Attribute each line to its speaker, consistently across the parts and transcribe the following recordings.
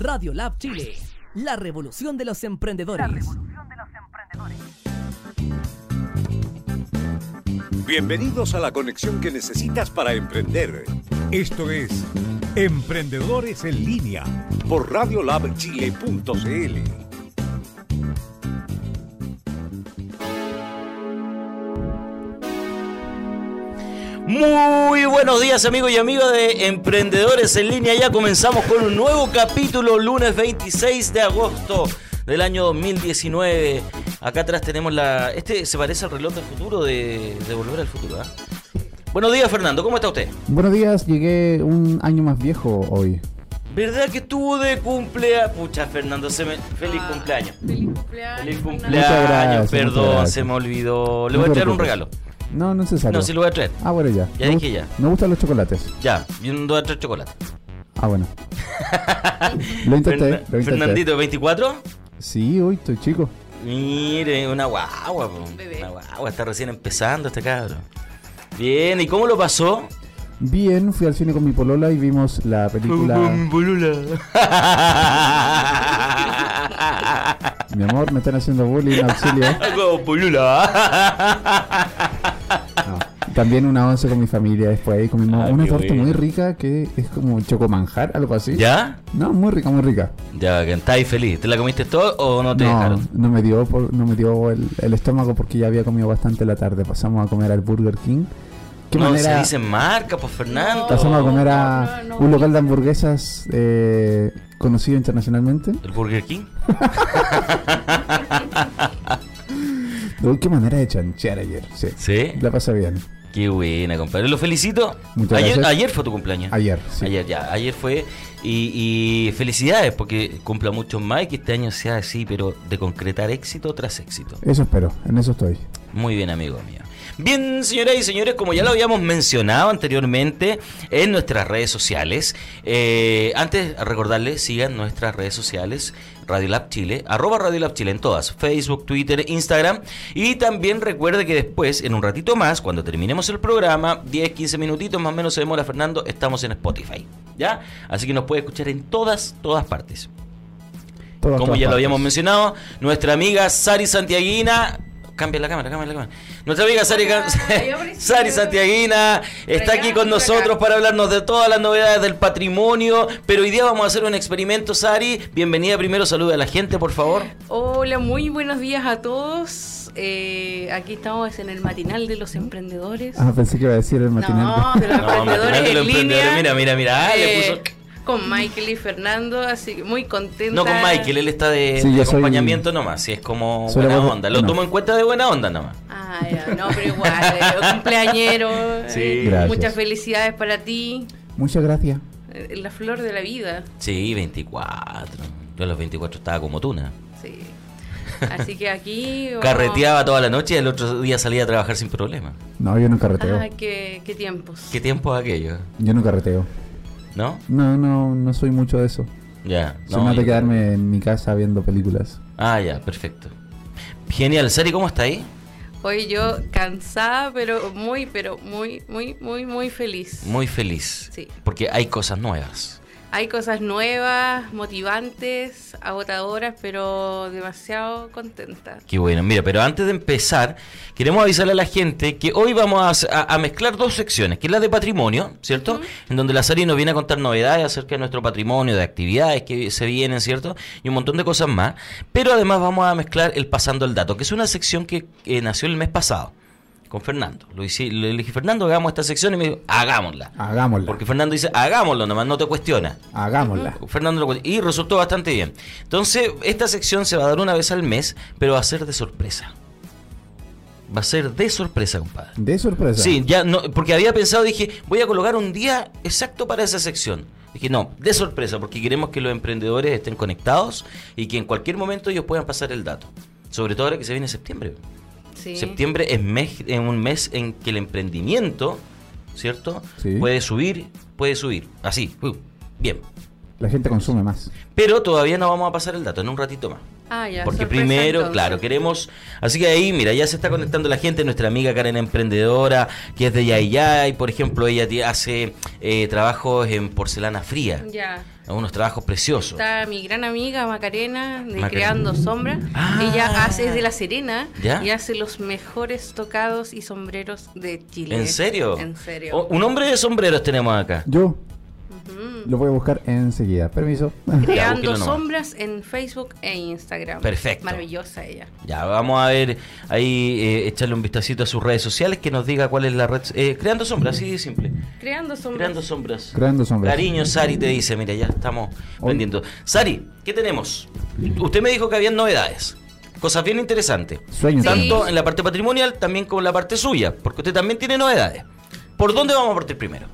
Speaker 1: Radio Lab Chile, la revolución de los emprendedores.
Speaker 2: Bienvenidos a la conexión que necesitas para emprender
Speaker 3: Esto es Emprendedores en Línea.
Speaker 2: por radiolabchile.cl.
Speaker 4: Muy buenos días amigos y amigos de Emprendedores en Línea. Ya comenzamos con un nuevo capítulo lunes 26 de agosto del año 2019. Acá atrás tenemos la... Este se parece al reloj del futuro de, de Volver al Futuro. ¿ah? Buenos días Fernando, ¿cómo está usted?
Speaker 5: Buenos días, llegué un año más viejo hoy.
Speaker 4: ¿Verdad que estuvo de cumpleaños? Pucha Fernando, se me- Ah, feliz cumpleaños.
Speaker 6: Feliz cumpleaños.
Speaker 4: Feliz
Speaker 5: Muchas
Speaker 4: cumpleaños,
Speaker 5: gracias,
Speaker 4: perdón,
Speaker 5: muchas gracias.
Speaker 4: se me olvidó. Le voy
Speaker 5: No
Speaker 4: a
Speaker 5: te
Speaker 4: traer un
Speaker 5: preocupes.
Speaker 4: regalo.
Speaker 5: No, no es necesario.
Speaker 4: No, sí lo voy a traer.
Speaker 5: Ah, bueno, ya.
Speaker 4: Ya
Speaker 5: Me
Speaker 4: dije
Speaker 5: gust-
Speaker 4: ya.
Speaker 5: Me gustan los chocolates.
Speaker 4: Ya, yo no voy a traer chocolate.
Speaker 5: Ah, bueno. lo intenté,
Speaker 4: Fernan-
Speaker 5: lo intenté.
Speaker 4: Fernandito, 24.
Speaker 5: Sí, hoy estoy chico.
Speaker 4: Mire, una guagua, po.
Speaker 6: Bebé.
Speaker 4: una guagua, está recién empezando este cabro. Bien, ¿y cómo lo pasó?
Speaker 5: Bien, fui al cine con mi polola y vimos la película...
Speaker 4: Bolula.
Speaker 5: mi amor, me están haciendo bullying, auxilio.
Speaker 4: Con Bolula.
Speaker 5: No. También una once con mi familia después y comimos
Speaker 4: Ah,
Speaker 5: una
Speaker 4: qué
Speaker 5: torta
Speaker 4: bueno.
Speaker 5: muy rica que es como chocomanjar, algo así.
Speaker 4: ¿Ya?
Speaker 5: No, muy rica, muy rica.
Speaker 4: Ya, que estáis feliz. ¿Te la comiste todo o no te
Speaker 5: No,
Speaker 4: dejaron?
Speaker 5: no me dio, por- no me dio el, el estómago porque ya había comido bastante la tarde. Pasamos a comer al Burger King. ¿Qué
Speaker 4: no se
Speaker 5: manera?
Speaker 4: dicen marca, pues Fernando.
Speaker 5: Pasamos a comer
Speaker 6: No,
Speaker 5: a
Speaker 6: no, no.
Speaker 5: un local de hamburguesas eh, conocido internacionalmente.
Speaker 4: ¿El Burger King?
Speaker 5: Uy, qué manera de chanchear ayer. Sí.
Speaker 4: Sí.
Speaker 5: La pasé bien.
Speaker 4: Qué buena, compadre. Lo felicito.
Speaker 5: Muchas
Speaker 4: Ayer,
Speaker 5: gracias.
Speaker 4: ayer fue tu cumpleaños.
Speaker 5: Ayer, sí.
Speaker 4: Ayer, ya, ayer fue. Y, y felicidades, porque cumpla mucho más y que este año sea así, pero de concretar éxito tras éxito.
Speaker 5: Eso espero, en eso estoy.
Speaker 4: Muy bien, amigo mío. Bien, señoras y señores, como ya lo habíamos mencionado anteriormente en nuestras redes sociales, eh, antes a recordarles, sigan nuestras redes sociales, Radiolab Chile, arroba Radiolab Chile en todas, Facebook, Twitter, Instagram, y también recuerde que después, en un ratito más, cuando terminemos el programa, 10, 15 minutitos más o menos se demora Fernando, estamos en Spotify, ¿ya? Así que nos puede escuchar en todas, todas partes.
Speaker 5: Todas,
Speaker 4: Como
Speaker 5: todas
Speaker 4: ya lo habíamos
Speaker 5: partes.
Speaker 4: mencionado, nuestra amiga Sari Santiaguina. Cambia la cámara, cambia la cámara. Nuestra amiga Sari, Ca-
Speaker 6: Ay, apareció.
Speaker 4: Sari Santiaguina está aquí con
Speaker 6: Regálame acá.
Speaker 4: nosotros para hablarnos de todas las novedades del patrimonio. Pero hoy día vamos a hacer un experimento, Sari. Bienvenida primero, saluda a la gente, por favor.
Speaker 6: Hola, muy buenos días a todos. Eh, aquí estamos en el matinal de los emprendedores.
Speaker 5: Ah, pensé que iba a decir el matinal.
Speaker 6: No, de los
Speaker 4: No, matinal
Speaker 6: emprendedores
Speaker 4: de los
Speaker 6: en línea.
Speaker 4: emprendedores. Mira, mira, mira. Ah, le
Speaker 6: Eh,
Speaker 4: puso-
Speaker 6: Con Michael y Fernando, así que muy contenta.
Speaker 4: No con Michael, él está de,
Speaker 5: Sí,
Speaker 4: de
Speaker 5: yo soy-
Speaker 4: acompañamiento nomás. Si es como
Speaker 5: Soy la
Speaker 4: buena
Speaker 5: voz de-
Speaker 4: onda. Lo
Speaker 5: no.
Speaker 4: tomo en cuenta de buena onda nomás.
Speaker 6: Ah, ya, no, pero igual, eh, cumpleañero.
Speaker 4: Sí.
Speaker 6: eh,
Speaker 5: Gracias.
Speaker 6: muchas felicidades para ti.
Speaker 5: Muchas gracias.
Speaker 6: eh, La flor de la vida.
Speaker 4: Sí, 24. Yo a los 24 estaba como tuna.
Speaker 6: Sí. Así que aquí. vamos-
Speaker 4: Carreteaba toda la noche y el otro día salía a trabajar sin problema.
Speaker 5: No, yo no carreteo.
Speaker 6: Ah, qué, qué tiempos.
Speaker 4: ¿Qué tiempo es aquello?
Speaker 5: Yo no carreteo.
Speaker 4: ¿No?
Speaker 5: No, no, no soy mucho de eso.
Speaker 4: Ya.
Speaker 5: Soy más
Speaker 4: yo-
Speaker 5: de quedarme en mi casa viendo películas.
Speaker 4: Ah, ya, perfecto. Genial. Sari, ¿cómo está ahí?
Speaker 6: Hoy yo cansada, pero muy, pero muy, muy, muy, muy feliz.
Speaker 4: Muy feliz.
Speaker 6: Sí.
Speaker 4: Porque hay cosas nuevas.
Speaker 6: Hay cosas nuevas, motivantes, agotadoras, pero demasiado contenta.
Speaker 4: Qué bueno. Mira, pero antes de empezar, queremos avisarle a la gente que hoy vamos a hacer- a, a mezclar dos secciones, que es la de patrimonio, ¿cierto? En donde la Sari nos viene a contar novedades acerca de nuestro patrimonio, de actividades que se vienen, ¿cierto? Y un montón de cosas más. Pero además vamos a mezclar el pasando el dato, que es una sección que eh, nació el mes pasado con Fernando. Lo hice- le dije, Fernando, hagamos esta sección y me dijo, hagámosla.
Speaker 5: Hagámosla.
Speaker 4: Porque Fernando dice, hagámoslo, nomás no te cuestiona.
Speaker 5: Hagámosla.
Speaker 4: Fernando lo cuenta. Y resultó bastante bien. Entonces, esta sección se va a dar una vez al mes, pero va a ser de sorpresa. Va a ser de sorpresa, compadre.
Speaker 5: De sorpresa.
Speaker 4: Sí, ya no, porque había pensado, dije, voy a colocar un día exacto para esa sección. Dije, no, de sorpresa, porque queremos que los emprendedores estén conectados y que en cualquier momento ellos puedan pasar el dato. Sobre todo ahora que se viene septiembre.
Speaker 6: Sí.
Speaker 4: Septiembre es, mes- es un mes en que el emprendimiento, ¿cierto?
Speaker 5: Sí.
Speaker 4: Puede subir, puede subir. Así, uh, bien.
Speaker 7: La gente consume más.
Speaker 4: Pero todavía no vamos a pasar el dato, en un ratito más.
Speaker 6: Ah, ya.
Speaker 4: Porque
Speaker 6: sorpresa,
Speaker 4: primero,
Speaker 6: entonces.
Speaker 4: claro, queremos. Así que ahí, mira, ya se está conectando la gente, nuestra amiga Karen Emprendedora, que es de Yayay, por ejemplo, ella ti- hace eh, trabajos en porcelana fría,
Speaker 6: Ya.
Speaker 4: unos trabajos preciosos.
Speaker 6: Está mi gran amiga Macarena de
Speaker 4: Macarena.
Speaker 6: Creando Sombra.
Speaker 4: Ah.
Speaker 6: Ella hace, es de La Serena
Speaker 4: ¿Ya?
Speaker 6: y hace los mejores tocados y sombreros de Chile.
Speaker 4: ¿En serio?
Speaker 6: En serio.
Speaker 4: O- un hombre de sombreros tenemos acá.
Speaker 7: Yo lo voy a buscar enseguida. Permiso.
Speaker 4: búsquelo
Speaker 6: Creando
Speaker 4: nomás.
Speaker 6: Sombras en Facebook e Instagram.
Speaker 4: Perfecto.
Speaker 6: Maravillosa ella.
Speaker 4: Ya, vamos a ver ahí, eh, echarle un vistacito a sus redes sociales que nos diga cuál es la red. eh, creando sombras, así de simple.
Speaker 6: Creando Sombras.
Speaker 4: Creando sombras.
Speaker 7: Creando sombras. Oh.
Speaker 4: Cariño, Sari te dice, mira, ya estamos
Speaker 7: Hoy-
Speaker 4: vendiendo. Sari, ¿qué tenemos? Usted me dijo que habían novedades, cosas bien interesantes.
Speaker 7: Sueño.
Speaker 6: Sí.
Speaker 4: Tanto en la parte patrimonial, también como en la parte suya, porque usted también tiene novedades. ¿Por dónde vamos a partir primero?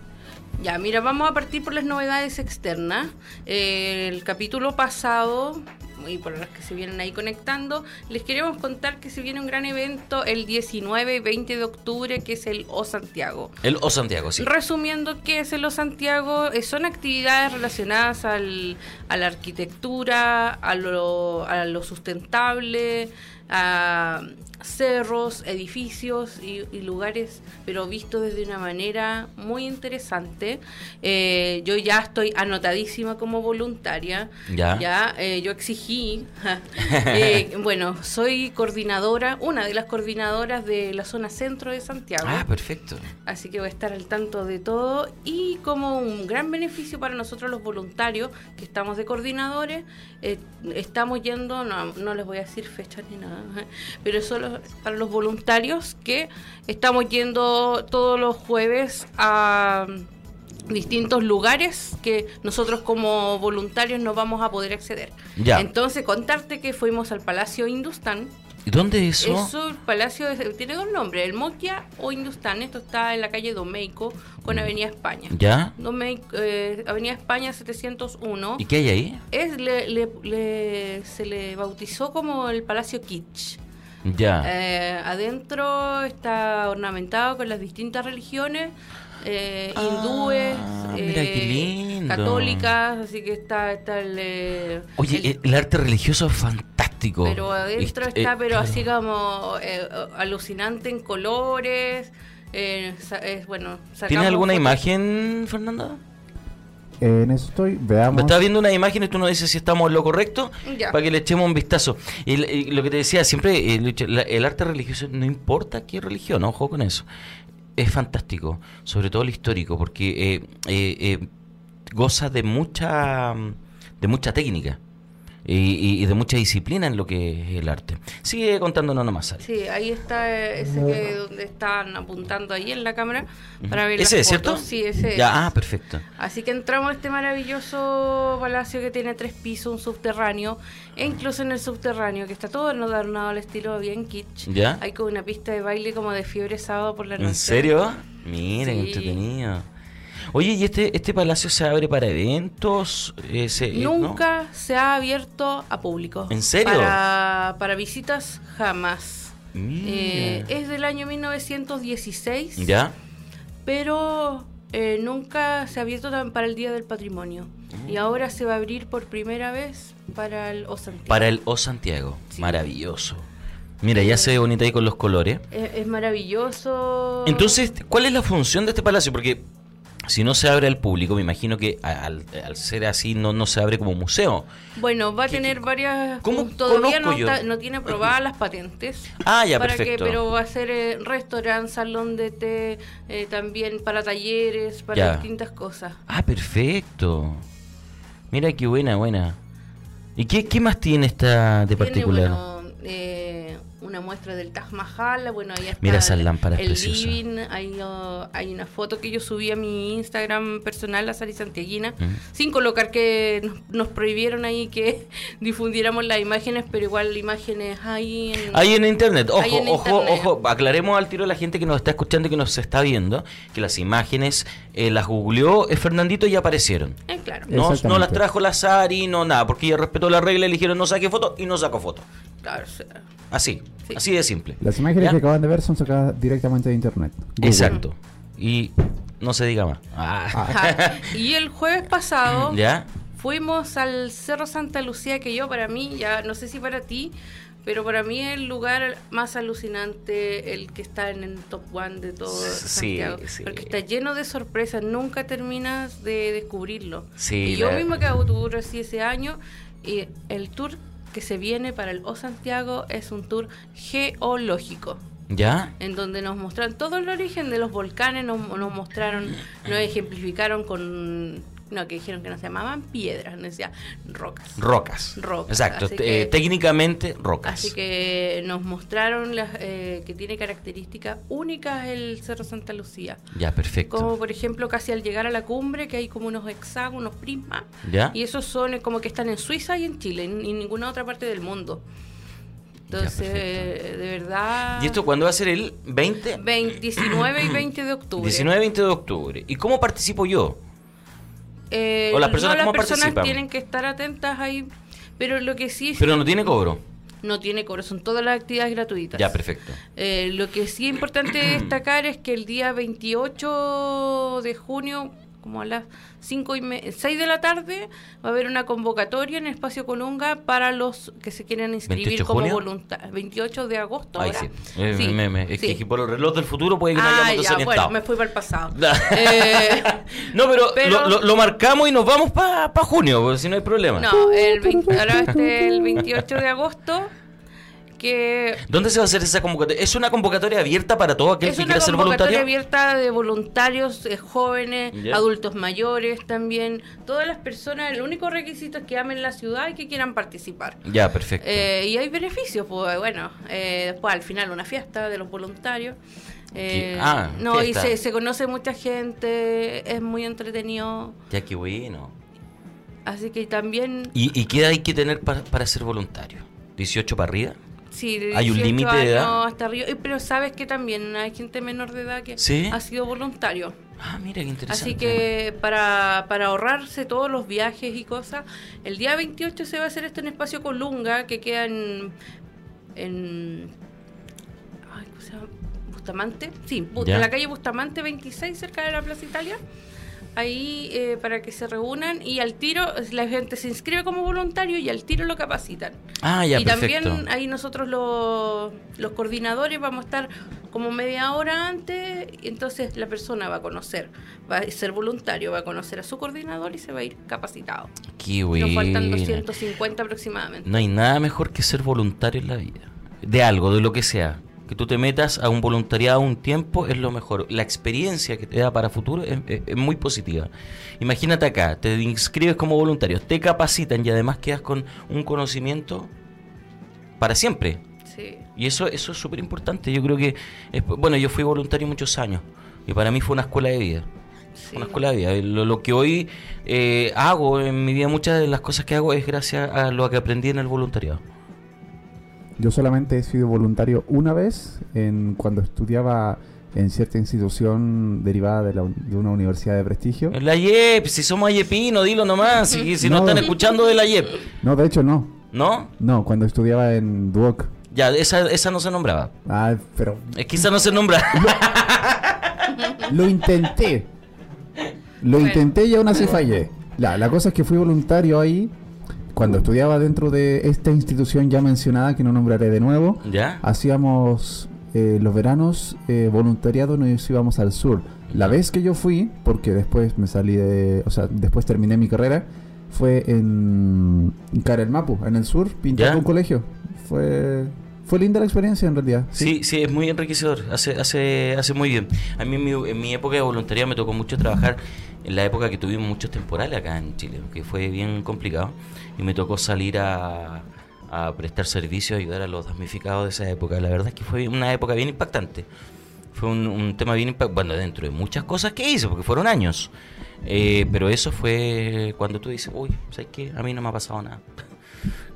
Speaker 6: Ya, mira, vamos a partir por las novedades externas. Eh, el capítulo pasado, y por las que se vienen ahí conectando, les queremos contar que se viene un gran evento el 19 y 20 de octubre, que es el O Santiago.
Speaker 4: El O Santiago, sí.
Speaker 6: Resumiendo, ¿qué es el O Santiago? Eh, son actividades relacionadas al- a la arquitectura, a lo, a lo sustentable, a cerros, edificios y, y lugares, pero visto desde una manera muy interesante. Eh, yo ya estoy anotadísima como voluntaria.
Speaker 4: Ya.
Speaker 6: eh, yo exigí. eh, bueno, soy coordinadora, una de las coordinadoras de la zona centro de Santiago.
Speaker 4: Ah, perfecto.
Speaker 6: Así que voy a estar al tanto de todo y como un gran beneficio para nosotros los voluntarios que estamos de coordinadores, eh, estamos yendo, no, no les voy a decir fechas ni nada, ajá, pero solo para los voluntarios que estamos yendo todos los jueves a distintos lugares que nosotros como voluntarios no vamos a poder acceder.
Speaker 4: Ya.
Speaker 6: Entonces contarte que fuimos al Palacio Hindustán.
Speaker 4: ¿Y dónde eso?
Speaker 6: Eso, el palacio es- tiene dos nombres, el Moquia o Hindustán. Esto está en la calle Domeico con Avenida España.
Speaker 4: ¿Ya?
Speaker 6: Domeico, eh, Avenida España 701.
Speaker 4: ¿Y qué hay ahí?
Speaker 6: Es, le- le- le- se le bautizó como el Palacio Kitsch.
Speaker 4: Ya.
Speaker 6: Eh, adentro está ornamentado con las distintas religiones, eh,
Speaker 4: Ah,
Speaker 6: hindúes,
Speaker 4: mira qué
Speaker 6: eh,
Speaker 4: lindo.
Speaker 6: católicas, así que está, está el... eh,
Speaker 4: Oye,
Speaker 6: el-
Speaker 4: el, el arte religioso es fantástico.
Speaker 6: pero adentro
Speaker 4: Est- eh,
Speaker 6: está, pero
Speaker 4: claro.
Speaker 6: así como eh, alucinante en colores. eh, sa- es, bueno,
Speaker 4: ¿Tienes
Speaker 6: sacamos
Speaker 4: alguna
Speaker 6: fotos.
Speaker 4: imagen, Fernanda?
Speaker 7: En eso estoy. Veamos.
Speaker 4: Me estás viendo una imagen y tú nos dices si estamos en lo correcto
Speaker 6: Ya.
Speaker 4: para que le echemos un vistazo. Y, l- y lo que te decía siempre, eh, Lucho, la- el arte religioso, no importa qué religión, ojo con eso. Es fantástico, sobre todo el histórico, porque eh, eh, eh, goza de mucha, de mucha técnica y, y- y de mucha disciplina en lo que es el arte. Sigue contándonos nomás, Sara.
Speaker 6: Sí, ahí está eh, ese que donde están apuntando ahí en la cámara para ver
Speaker 4: ¿Ese
Speaker 6: las
Speaker 4: es cierto?
Speaker 6: fotos. Sí, ese es.
Speaker 4: Ya, ah, perfecto.
Speaker 6: Así que entramos a este maravilloso palacio que tiene tres pisos, un subterráneo, e incluso en el subterráneo, que está todo adornado al estilo bien kitsch.
Speaker 4: ¿Ya?
Speaker 6: Hay como una pista de baile como de fiebre sábado por la noche.
Speaker 4: ¿En serio? Mira, qué
Speaker 6: Sí.
Speaker 4: entretenido. Oye, ¿y este, este palacio se abre para eventos? Eh, se- eh, ¿no?
Speaker 6: Nunca se ha abierto a público.
Speaker 4: ¿En serio?
Speaker 6: Para, para visitas jamás.
Speaker 4: Mira.
Speaker 6: Eh, es del año 1916,
Speaker 4: ¿Ya?
Speaker 6: pero eh, nunca se ha abierto tan- para el Día del Patrimonio.
Speaker 4: Ah.
Speaker 6: Y ahora se va a abrir por primera vez para el O Santiago.
Speaker 4: Para el O Santiago.
Speaker 6: eh, Sí.
Speaker 4: Maravilloso. Mira, ya se ve bonita ahí con los colores.
Speaker 6: Es, es maravilloso.
Speaker 4: Entonces, ¿cuál es la función de este palacio? Porque si no se abre al público, me imagino que a- al, al ser así no, no se abre como museo.
Speaker 6: Bueno, va a
Speaker 4: ¿Qué-
Speaker 6: tener varias. mm,
Speaker 4: cómo
Speaker 6: todavía
Speaker 4: conozco
Speaker 6: no,
Speaker 4: yo?
Speaker 6: está- no tiene aprobadas las patentes.
Speaker 4: Ah, ya,
Speaker 6: para
Speaker 4: perfecto.
Speaker 6: Que, pero va a ser eh, restaurante, salón de té, eh, también para talleres, para
Speaker 4: Ya.
Speaker 6: distintas cosas.
Speaker 4: Ah, perfecto. Mira qué buena, buena. ¿Y qué, qué más tiene esta de
Speaker 6: Tiene,
Speaker 4: particular?
Speaker 6: bueno, eh, una muestra del Taj Mahal, bueno, ahí está
Speaker 4: Mira esas
Speaker 6: el-
Speaker 4: lámparas
Speaker 6: el
Speaker 4: preciosas.
Speaker 6: living, hay, oh, hay una foto que yo subí a mi Instagram personal, la Sari Santiaguina,
Speaker 4: Mm.
Speaker 6: sin colocar que nos, nos prohibieron ahí que difundiéramos las imágenes, pero igual imágenes hay en...
Speaker 4: Ahí en internet, ojo,
Speaker 6: Ahí en
Speaker 4: ojo,
Speaker 6: internet.
Speaker 4: ojo, aclaremos al tiro a la gente que nos está escuchando y que nos está viendo, que las imágenes eh, las googleó eh, Fernandito y aparecieron.
Speaker 6: Eh, claro.
Speaker 4: No,
Speaker 7: Exactamente.
Speaker 4: no las trajo la Sari, no nada, porque ella respetó la regla y le dijeron no saque foto y no sacó foto.
Speaker 6: Claro, o sea,
Speaker 4: Así,
Speaker 6: Sí.
Speaker 4: así de simple.
Speaker 7: Las imágenes
Speaker 4: ¿Ya?
Speaker 7: que acaban de ver son sacadas directamente de internet. Google.
Speaker 4: Exacto. Y no se diga más. Ah.
Speaker 6: ajá. Y el jueves pasado
Speaker 4: ¿Ya?
Speaker 6: Fuimos al Cerro Santa Lucía, que yo para mí, ya no sé si para ti, pero para mí es el lugar más alucinante, el que está en el top one de todo
Speaker 4: Sí,
Speaker 6: Santiago.
Speaker 4: sí.
Speaker 6: Porque está lleno de sorpresas, nunca terminas de descubrirlo.
Speaker 4: Sí,
Speaker 6: y yo
Speaker 4: la-
Speaker 6: misma que hago tour así ese año, y el tour que se viene para el O Santiago es un tour geológico
Speaker 4: ¿Ya?
Speaker 6: en donde nos mostraron todo el origen de los volcanes, nos, nos mostraron, nos ejemplificaron con, no, que dijeron que no se llamaban piedras, no decía rocas.
Speaker 4: Rocas.
Speaker 6: Rocas,
Speaker 4: Exacto.
Speaker 6: así
Speaker 4: eh,
Speaker 6: que-
Speaker 4: técnicamente, rocas.
Speaker 6: Así que nos mostraron las eh, que tiene características únicas el Cerro Santa Lucía.
Speaker 4: Ya, perfecto.
Speaker 6: Como por ejemplo casi al llegar a la cumbre que hay como unos hexágonos, prismas.
Speaker 4: ¿Ya?
Speaker 6: Y esos son eh, como que están en Suiza y en Chile, en, en ninguna otra parte del mundo. Entonces,
Speaker 4: perfecto.
Speaker 6: eh, de verdad...
Speaker 4: ¿Y esto cuándo va a ser el 20?
Speaker 6: 29 y 20 de octubre.
Speaker 4: 19 20 de octubre. ¿Y cómo participo yo?
Speaker 6: Eh,
Speaker 4: ¿O las personas
Speaker 6: no, las
Speaker 4: cómo
Speaker 6: personas
Speaker 4: participan?
Speaker 6: tienen que estar atentas ahí. Pero lo que sí
Speaker 4: Pero no tiene cobro.
Speaker 6: no tiene cobro, son todas las actividades gratuitas.
Speaker 4: Ya, perfecto.
Speaker 6: Eh, lo que sí es importante destacar es que el día 28 de junio, como a las 5 y me- 6 de la tarde, va a haber una convocatoria en el Espacio Colunga para los que se quieran inscribir
Speaker 4: 28
Speaker 6: como
Speaker 4: junio?
Speaker 6: voluntarios. 28 de agosto.
Speaker 4: Ay,
Speaker 6: ahora.
Speaker 4: sí. Eh,
Speaker 6: Sí,
Speaker 4: me- me- es
Speaker 6: sí.
Speaker 4: que aquí por el reloj del futuro puede que nos
Speaker 6: Ah,
Speaker 4: hayamos
Speaker 6: ya, bueno,
Speaker 4: desorientado.
Speaker 6: me fui para el pasado. Eh,
Speaker 4: no, pero,
Speaker 6: pero-
Speaker 4: Lo, lo- lo marcamos y nos vamos para junio, porque si no hay problema.
Speaker 6: No, el, 20 ahora este, el 28 de agosto, que
Speaker 4: ¿Dónde se va a hacer esa convocatoria? ¿Es una convocatoria abierta para todo aquel
Speaker 6: es
Speaker 4: que
Speaker 6: una
Speaker 4: quiera ser voluntario?
Speaker 6: convocatoria abierta de voluntarios, eh, jóvenes,
Speaker 4: Ya.
Speaker 6: adultos mayores también, todas las personas, el único requisito es que amen la ciudad y que quieran participar.
Speaker 4: Ya, perfecto.
Speaker 6: Eh, y hay beneficios, pues bueno, eh, después al final una fiesta de los voluntarios. Eh,
Speaker 4: ¿Qué? Ah,
Speaker 6: no,
Speaker 4: fiesta.
Speaker 6: y se, se conoce mucha gente, es muy entretenido,
Speaker 4: Ya, qué bueno.
Speaker 6: así que también...
Speaker 4: ¿Y, y qué hay que tener para, para ser voluntario? ¿18 para arriba?
Speaker 6: Sí, de
Speaker 4: ¿Hay un
Speaker 6: 18
Speaker 4: límite de edad?
Speaker 6: años hasta arriba. Eh, Pero sabes que también hay gente menor de edad que
Speaker 4: ¿Sí?
Speaker 6: ha sido voluntario.
Speaker 4: Ah, mira, qué interesante.
Speaker 6: Así que para, para ahorrarse todos los viajes y cosas, el día 28 se va a hacer esto en Espacio Colunga, que queda en... en ay, ¿cómo se llama? Bustamante. Sí, Bu-
Speaker 4: Ya.
Speaker 6: en la calle Bustamante 26, cerca de la Plaza Italia. Ahí eh, para que se reúnan y al tiro la gente se inscribe como voluntario y al tiro lo capacitan
Speaker 4: Ah, ya,
Speaker 6: y
Speaker 4: perfecto.
Speaker 6: también ahí nosotros los, los coordinadores vamos a estar como media hora antes, y entonces la persona va a conocer, va a ser voluntario, va a conocer a su coordinador y se va a ir capacitado.
Speaker 4: Qué
Speaker 6: Nos faltan
Speaker 4: buena.
Speaker 6: 250 aproximadamente.
Speaker 4: No hay nada mejor que ser voluntario en la vida. De algo, de lo que sea. Que tú te metas a un voluntariado un tiempo es lo mejor. La experiencia que te da para futuro es, es- es muy positiva. Imagínate acá, te inscribes como voluntario, te capacitan y además quedas con un conocimiento para siempre.
Speaker 6: Sí.
Speaker 4: Y eso, eso es súper importante. Yo creo que, es- bueno, yo fui voluntario muchos años y para mí fue una escuela de vida.
Speaker 6: sí.
Speaker 4: Una escuela de vida. Lo, lo que hoy eh, hago en mi vida, muchas de las cosas que hago es gracias a lo que aprendí en el voluntariado.
Speaker 7: Yo solamente he sido voluntario una vez en cuando estudiaba en cierta institución derivada de, la un- de una universidad de prestigio.
Speaker 4: La YEP, si somos ayepino, dilo nomás. Si, si no,
Speaker 7: No.
Speaker 4: están escuchando de la YEP,
Speaker 7: No, de hecho no.
Speaker 4: ¿no?
Speaker 7: No, cuando estudiaba en Duoc.
Speaker 4: Ya, esa, esa no se nombraba.
Speaker 7: Ah, pero
Speaker 4: Es que esa no se nombra.
Speaker 7: lo intenté. Lo
Speaker 6: Bueno.
Speaker 7: intenté y aún así fallé. La, la cosa es que fui voluntario ahí cuando estudiaba dentro de esta institución ya mencionada que no nombraré de nuevo.
Speaker 4: ¿Ya?
Speaker 7: hacíamos eh, los veranos eh, voluntariado nos íbamos al sur la vez que yo fui porque después me salí de o sea después terminé mi carrera fue en Carelmapu en el sur pintando
Speaker 4: ¿Ya?
Speaker 7: un colegio fue fue linda la experiencia en realidad
Speaker 4: Sí, sí, es muy enriquecedor, hace, hace, hace muy bien. A mí en mi, en mi época de voluntariado me tocó mucho trabajar en la época que tuvimos muchos temporales acá en Chile, que fue bien complicado, y me tocó salir a, a prestar servicio, ayudar a los damnificados de esa época. La verdad es que fue una época bien impactante. Fue un, un tema bien impactante, bueno, dentro de muchas cosas que hice, porque fueron años. Eh, pero eso fue cuando tú dices, uy, ¿sabes qué? A mí no me ha pasado nada.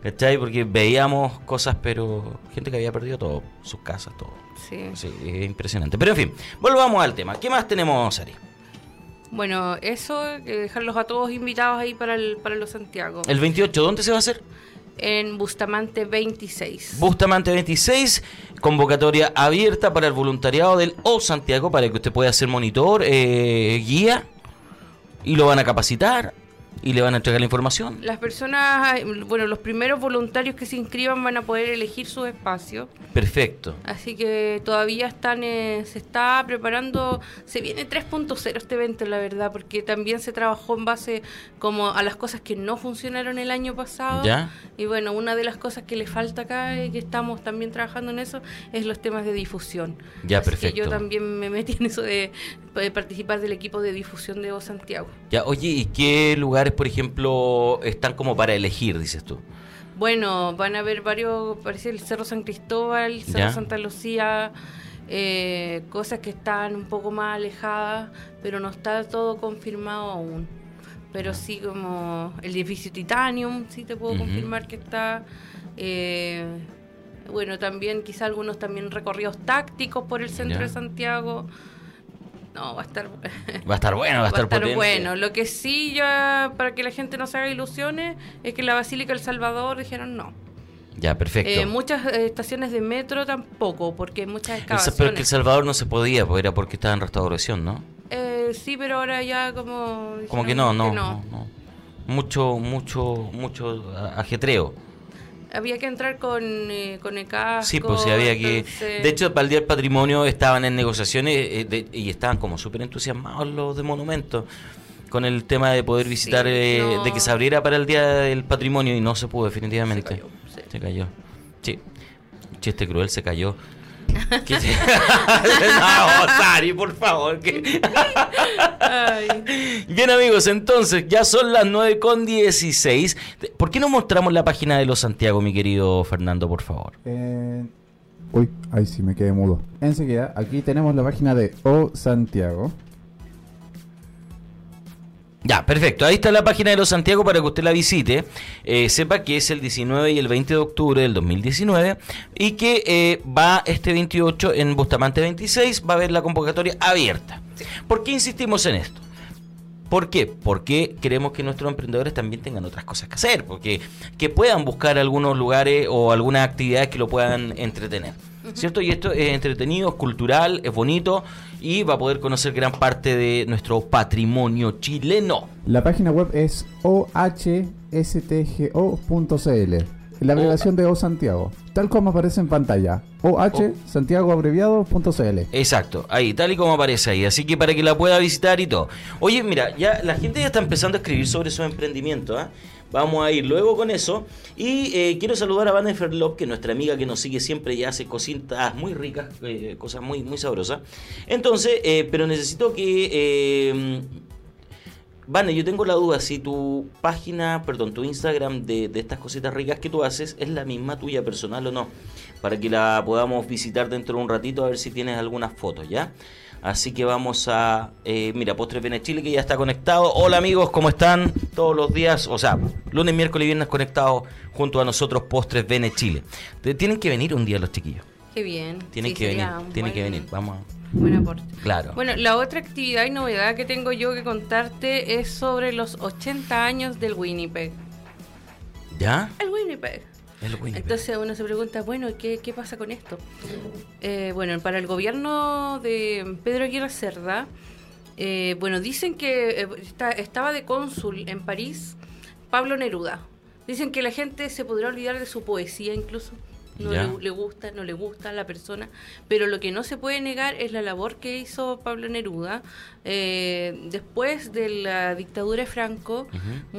Speaker 4: ¿Cachai? Porque veíamos cosas, pero gente que había perdido todo, sus casas, todo.
Speaker 6: Sí.
Speaker 4: Sí, es impresionante. Pero en fin, volvamos al tema. ¿Qué más tenemos, Ari?
Speaker 6: Bueno, eso, eh, dejarlos a todos invitados ahí para, el, para los Santiago.
Speaker 4: El 28, ¿dónde se va a hacer?
Speaker 6: En Bustamante 26.
Speaker 4: Bustamante 26, convocatoria abierta para el voluntariado del O Santiago para que usted pueda ser monitor, eh, guía, y lo van a capacitar. y le van a entregar la información.
Speaker 6: Las personas, bueno, los primeros voluntarios que se inscriban van a poder elegir sus espacios.
Speaker 4: Perfecto.
Speaker 6: Así que todavía están, eh, se está preparando, se viene 3.0 este evento, la verdad, porque también se trabajó en base como a las cosas que no funcionaron el año pasado.
Speaker 4: Ya.
Speaker 6: Y bueno, una de las cosas que le falta acá y que estamos también trabajando en eso es los temas de difusión.
Speaker 4: Ya,
Speaker 6: Así que
Speaker 4: perfecto.
Speaker 6: yo también me metí en eso de, de participar del equipo de difusión de O Santiago.
Speaker 4: Ya, oye, ¿y qué lugares, por ejemplo, están como para elegir, dices tú?
Speaker 6: Bueno, van a haber varios, parece el Cerro San Cristóbal, Cerro
Speaker 4: Ya.
Speaker 6: Santa Lucía, eh, cosas que están un poco más alejadas, pero no está todo confirmado aún. Pero sí como el edificio Titanium, sí te puedo
Speaker 4: Ujú.
Speaker 6: confirmar que está. eh, bueno, también quizá algunos también recorridos tácticos por el centro
Speaker 4: Ya.
Speaker 6: de Santiago. No, va a estar
Speaker 4: Va a estar bueno, va a estar, potente.
Speaker 6: bueno. Lo que sí, ya para que la gente no se haga ilusiones, es que la Basílica El Salvador dijeron no.
Speaker 4: Ya, perfecto.
Speaker 6: Eh, muchas eh, estaciones de metro tampoco, porque hay muchas
Speaker 4: El Sa- pero que El
Speaker 6: excavaciones.
Speaker 4: Salvador no se podía, porque era porque estaba en restauración, ¿no?
Speaker 6: Eh, sí, pero ahora ya como...
Speaker 4: Como
Speaker 6: dijeron
Speaker 4: que no, no, no. no. Mucho, mucho, mucho a- ajetreo.
Speaker 6: Había que entrar con, eh, con el casco.
Speaker 4: Sí, pues sí, había que...
Speaker 6: entonces-
Speaker 4: De hecho, para el Día del Patrimonio estaban en negociaciones eh, de- y estaban como súper entusiasmados los de monumentos con el tema de poder visitar, eh,
Speaker 6: no.
Speaker 4: de que se abriera para el Día del Patrimonio y no se pudo definitivamente.
Speaker 6: Se cayó, sí.
Speaker 4: Se cayó. Sí. Chiste cruel, se cayó. ¿Qué se- no, Sari, por favor. que-
Speaker 6: Ay.
Speaker 4: Bien amigos, entonces ya son las 9 con 16. ¿Por qué no mostramos la página de Los Santiago, mi querido Fernando, por favor?
Speaker 7: Eh, uy, ahí sí me quedé mudo. Enseguida, aquí tenemos la página de O Santiago.
Speaker 4: Ya, perfecto. Ahí está la página de Los Santiago para que usted la visite. Eh, sepa que es el 19 y el 20 de octubre del 2019 y que eh, va este 28 en Bustamante 26, va a haber la convocatoria abierta. ¿Por qué insistimos en esto? ¿Por qué? Porque queremos que nuestros emprendedores también tengan otras cosas que hacer, porque que puedan buscar algunos lugares o algunas actividades que lo puedan entretener. ¿Cierto? Y esto es entretenido, es cultural, es bonito y va a poder conocer gran parte de nuestro patrimonio chileno.
Speaker 7: La página web es ohstgo.cl. La abreviación de O Santiago, tal como aparece en pantalla. OH Santiago abreviado.cl.
Speaker 4: Eh, Exacto, ahí, tal y como aparece ahí. Así que para que la pueda visitar y todo. Oye, mira, ya la gente ya está empezando a escribir sobre su emprendimiento. ¿ah? Vamos a ir luego con eso. Y eh, quiero saludar a Vanessa Ferlop, que es nuestra amiga que nos sigue siempre y hace cositas muy ricas, eh, cosas muy, muy sabrosas. Entonces, eh, pero necesito que. eh, Vane, yo tengo la duda si tu página, perdón, tu Instagram de, de estas cositas ricas que tú haces es la misma tuya personal o no, para que la podamos visitar dentro de un ratito a ver si tienes algunas fotos, ¿ya? Así que vamos a, eh, mira, Postres Viene Chile que ya está conectado. Hola amigos, ¿cómo están? Todos los días, o sea, lunes, miércoles y viernes conectados junto a nosotros Postres Vene Chile. Te- Tienen que venir un día los chiquillos,
Speaker 6: Qué bien.
Speaker 4: tienen
Speaker 6: Sí,
Speaker 4: que venir,
Speaker 6: sería un
Speaker 4: tienen que
Speaker 6: buen-
Speaker 4: venir, vamos. a-
Speaker 6: Buen aporte.
Speaker 4: Claro.
Speaker 6: Bueno, la otra actividad y novedad que tengo yo que contarte es sobre los 80 años del Winnipeg.
Speaker 4: ¿Ya?
Speaker 6: El Winnipeg.
Speaker 4: El Winnipeg.
Speaker 6: Entonces uno se pregunta, bueno, ¿qué, qué pasa con esto? Eh, bueno, para el gobierno de Pedro Aguirre Cerda, eh, bueno, dicen que eh, está- estaba de cónsul en París Pablo Neruda. Dicen que la gente se podrá olvidar de su poesía incluso. No
Speaker 4: Ya.
Speaker 6: le, le gusta, no le gusta a la persona, pero lo que no se puede negar es la labor que hizo Pablo Neruda. Eh, después de la dictadura de Franco,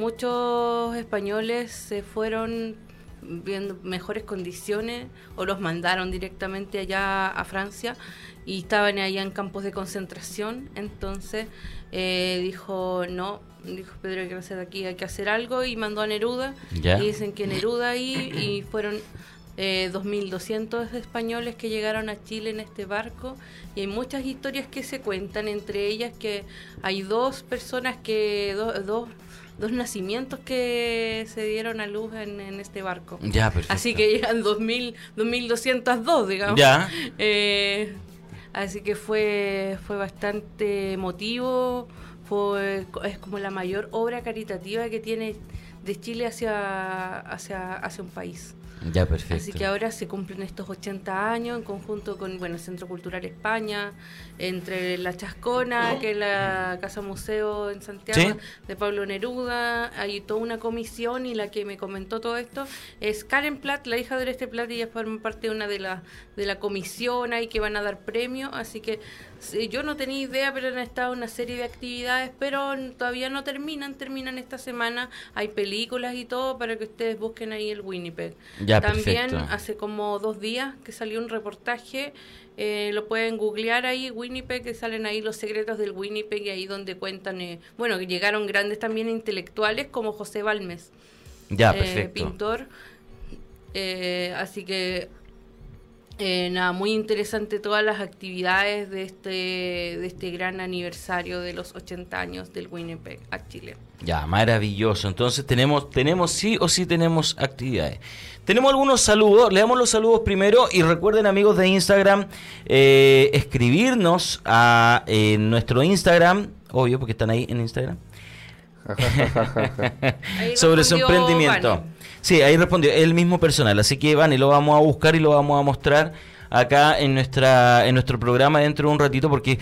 Speaker 6: muchos españoles se fueron viendo mejores condiciones o los mandaron directamente allá a Francia y estaban allá en campos de concentración. Entonces eh, dijo, no, dijo Pedro hay que hacer aquí, hay que hacer algo y mandó a Neruda.
Speaker 4: Ya.
Speaker 6: Y dicen que Neruda ahí y fueron... eh, 2.200 españoles que llegaron a Chile en este barco y hay muchas historias que se cuentan, entre ellas que hay dos personas que, do- dos, dos nacimientos que se dieron a luz en, en este barco.
Speaker 4: Ya, perfecto.
Speaker 6: Así que llegan 2000, 2202, digamos.
Speaker 4: Ya.
Speaker 6: Eh, así que fue, fue bastante emotivo. Fue, es como la mayor obra caritativa que tiene de Chile hacia, hacia, hacia un país.
Speaker 4: Ya, perfecto.
Speaker 6: Así que ahora se cumplen estos 80 años en conjunto con bueno, el Centro Cultural España, entre la Chascona, que es la Casa Museo en Santiago,
Speaker 4: Sí.
Speaker 6: de Pablo Neruda. Hay toda una comisión y la que me comentó todo esto es Karen Platt, la hija de Oreste Platt, y ella forma parte de una de la, de la comisión ahí que van a dar premio. Así que sí, yo no tenía idea, pero han estado una serie de actividades, pero todavía no terminan, terminan esta semana. Hay películas y todo para que ustedes busquen ahí el Winnipeg.
Speaker 4: Ya,
Speaker 6: También
Speaker 4: perfecto.
Speaker 6: hace como dos días que salió un reportaje, eh, lo pueden googlear ahí, Winnipeg, que salen ahí los secretos del Winnipeg y ahí donde cuentan, eh, bueno, que llegaron grandes también intelectuales como José Balmes,
Speaker 4: Ya,
Speaker 6: eh,
Speaker 4: perfecto.
Speaker 6: pintor. Eh, así que, eh, nada, muy interesante todas las actividades de este, de este gran aniversario de los 80 años del Winnipeg a Chile.
Speaker 4: Ya, maravilloso. Entonces tenemos, tenemos sí o sí tenemos actividades. Tenemos algunos saludos, le damos los saludos primero y recuerden amigos de Instagram eh, escribirnos a eh, nuestro Instagram, obvio porque están ahí en Instagram,
Speaker 6: Ahí
Speaker 4: sobre su
Speaker 6: respondió
Speaker 4: emprendimiento.
Speaker 6: Vane.
Speaker 4: Sí, ahí respondió el mismo personal, así que Vani lo vamos a buscar y lo vamos a mostrar acá en nuestra en nuestro programa dentro de un ratito porque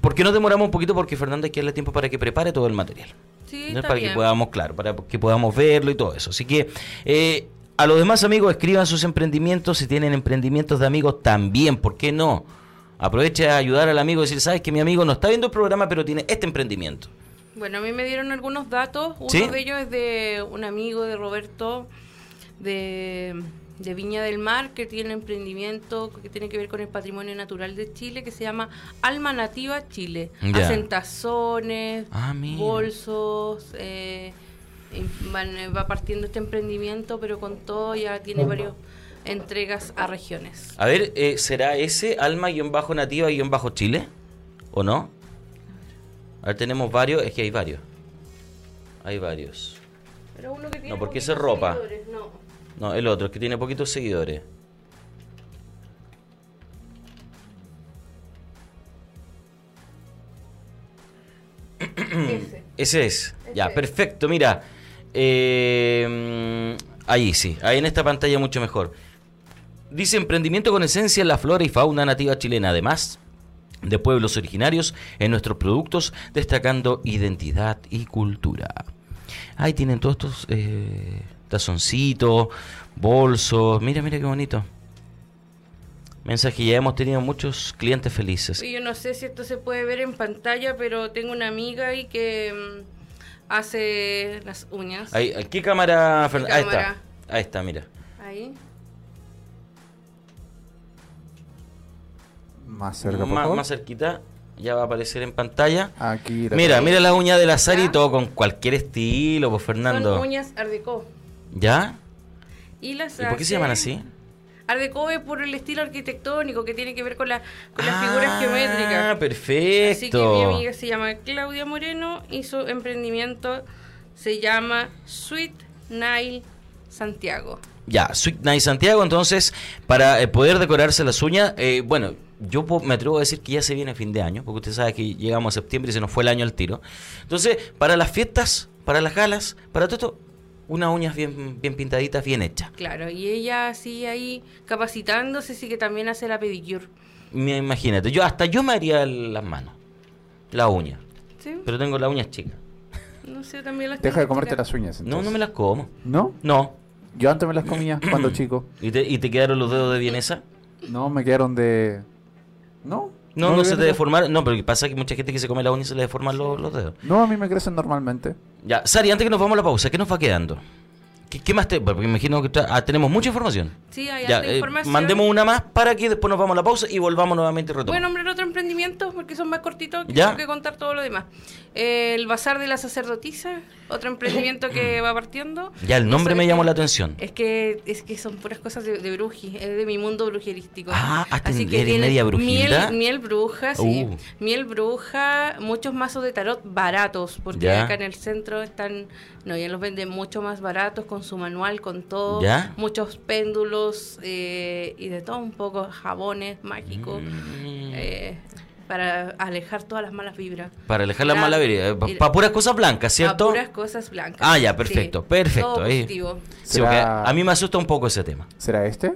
Speaker 4: porque no demoramos un poquito porque Fernanda quiere darle tiempo para que prepare todo el material.
Speaker 6: Sí,
Speaker 4: ¿no?
Speaker 6: está
Speaker 4: para que
Speaker 6: bien.
Speaker 4: podamos, claro, para que podamos verlo y todo eso. Así que eh, a los demás amigos escriban sus emprendimientos, si tienen emprendimientos de amigos también, ¿por qué no? Aprovecha a ayudar al amigo y decir, sabes que mi amigo no está viendo el programa, pero tiene este emprendimiento.
Speaker 6: Bueno, a mí me dieron algunos datos. Uno
Speaker 4: ¿Sí?
Speaker 6: de ellos es de un amigo de Roberto de, de Viña del Mar que tiene emprendimiento que tiene que ver con el patrimonio natural de Chile que se llama Alma Nativa Chile.
Speaker 4: Ya.
Speaker 6: Hacen tazones,
Speaker 4: Ah, mira.
Speaker 6: bolsos. eh, y van- eh, va partiendo este emprendimiento, pero con todo ya tiene varias entregas a regiones.
Speaker 4: A ver, eh, ¿será ese alma-nativa-chile? ¿O no? A ver, tenemos varios, es que hay varios. Hay varios.
Speaker 6: Pero uno que tiene
Speaker 4: No, porque eso es
Speaker 6: poquitos
Speaker 4: ropa.
Speaker 6: seguidores, no.
Speaker 4: No, el otro, que tiene poquitos seguidores.
Speaker 6: Ese.
Speaker 4: Ese es. Ya,
Speaker 6: Ese.
Speaker 4: perfecto. Mira, eh, ahí sí, ahí en esta pantalla mucho mejor. Dice emprendimiento con esencia en la flora y fauna nativa chilena. Además de pueblos originarios en nuestros productos, destacando identidad y cultura. Ahí tienen todos estos eh, tazoncitos, bolsos. Mira, mira qué bonito. Mensaje, ya hemos tenido muchos clientes felices.
Speaker 6: Sí, Yo no sé si esto se puede ver en pantalla, pero tengo una amiga ahí que mm, hace las uñas.
Speaker 4: Ahí, ¿Qué cámara, Fern-
Speaker 6: ¿Qué
Speaker 4: Ahí
Speaker 6: cámara?
Speaker 4: está. Ahí está, mira.
Speaker 6: Ahí.
Speaker 7: Más cerca, por
Speaker 4: más,
Speaker 7: favor.
Speaker 4: más cerquita, ya va a aparecer en pantalla.
Speaker 7: Aquí. la-
Speaker 4: Mira, mira la uña de la Sari
Speaker 6: ¿Ya?
Speaker 4: todo con cualquier estilo, pues Fernando.
Speaker 6: Son uñas Art Deco.
Speaker 4: ¿Ya?
Speaker 6: Y las
Speaker 4: ¿Y por qué se
Speaker 6: hace-
Speaker 4: llaman así?
Speaker 6: Art Deco es por el estilo arquitectónico que tiene que ver con, la- con las
Speaker 4: Ah,
Speaker 6: figuras geométricas. Así que mi
Speaker 4: perfecto.
Speaker 6: amiga se llama Claudia Moreno y su emprendimiento se llama Sweet Nile Santiago.
Speaker 4: Ya, Sweet Night Santiago, entonces, para eh, poder decorarse las uñas, eh, bueno, yo po- me atrevo a decir que ya se viene fin de año, porque usted sabe que llegamos a septiembre y se nos fue el año al tiro. Entonces, para las fiestas, para las galas, para todo esto, unas uñas bien, bien pintaditas, bien hechas.
Speaker 6: Claro, y ella sigue ahí capacitándose, así que también hace la pedicure.
Speaker 4: Me- Imagínate, yo hasta yo me haría el- las manos, la uña,
Speaker 6: ¿Sí?
Speaker 4: pero tengo las uñas chicas.
Speaker 6: No sé, también las
Speaker 7: Deja de
Speaker 6: tengo
Speaker 7: comerte
Speaker 6: chicas.
Speaker 7: las uñas.
Speaker 4: No, no
Speaker 7: entonces.
Speaker 4: me las como.
Speaker 7: ¿No?
Speaker 4: No.
Speaker 7: Yo antes me las comía cuando chico.
Speaker 4: ¿Y te, y te quedaron los dedos de vienesa?
Speaker 7: No, me quedaron de. ¿No?
Speaker 4: No, no,
Speaker 7: le
Speaker 4: se te
Speaker 7: veo-
Speaker 4: deformaron. No, pero pasa que mucha gente que se come la uña se le deforman los, los dedos.
Speaker 7: No, a mí me crecen normalmente.
Speaker 4: Ya, Sari, antes que nos vamos a la pausa, ¿qué nos va quedando? ¿Qué, qué más te.? Porque me imagino que tra- ah, tenemos mucha información.
Speaker 6: Sí, hay
Speaker 4: Ya,
Speaker 6: harta
Speaker 4: eh,
Speaker 6: información.
Speaker 4: mandemos una más para que después nos vamos a la pausa y volvamos nuevamente y
Speaker 6: Voy a
Speaker 4: retomamos.
Speaker 6: nombrar otro emprendimiento porque son más cortitos que
Speaker 4: Ya.
Speaker 6: tengo que contar todo lo demás. El Bazar de la Sacerdotisa, otro emprendimiento que va partiendo.
Speaker 4: ya, el
Speaker 6: Y
Speaker 4: nombre
Speaker 6: sobre
Speaker 4: me llamó
Speaker 6: todo-
Speaker 4: la atención.
Speaker 6: Es que, es que son puras cosas de, de bruji, es de mi mundo brujerístico.
Speaker 4: Ah, ah, ten- eres
Speaker 6: tiene
Speaker 4: media brujilda.
Speaker 6: miel, miel bruja, sí.
Speaker 4: Uh.
Speaker 6: Miel bruja, muchos mazos de tarot baratos, porque
Speaker 4: Ya.
Speaker 6: acá en el centro están, no, ya los venden mucho más baratos, con su manual, con todo.
Speaker 4: Ya.
Speaker 6: Muchos péndulos eh, y de todo un poco, jabones mágicos.
Speaker 4: Mm.
Speaker 6: eh, para alejar todas las malas vibras.
Speaker 4: Para alejar la
Speaker 6: Claro.
Speaker 4: mala vida. Para
Speaker 6: Y-
Speaker 4: puras cosas blancas,
Speaker 6: A
Speaker 4: ¿cierto?
Speaker 6: puras cosas blancas.
Speaker 4: Ah, ya, perfecto,
Speaker 6: Sí.
Speaker 4: perfecto.
Speaker 6: Todo
Speaker 4: ahí.
Speaker 6: positivo.
Speaker 4: Sí, porque
Speaker 7: Será-
Speaker 4: a mí me asusta un poco ese tema.
Speaker 7: ¿Será este?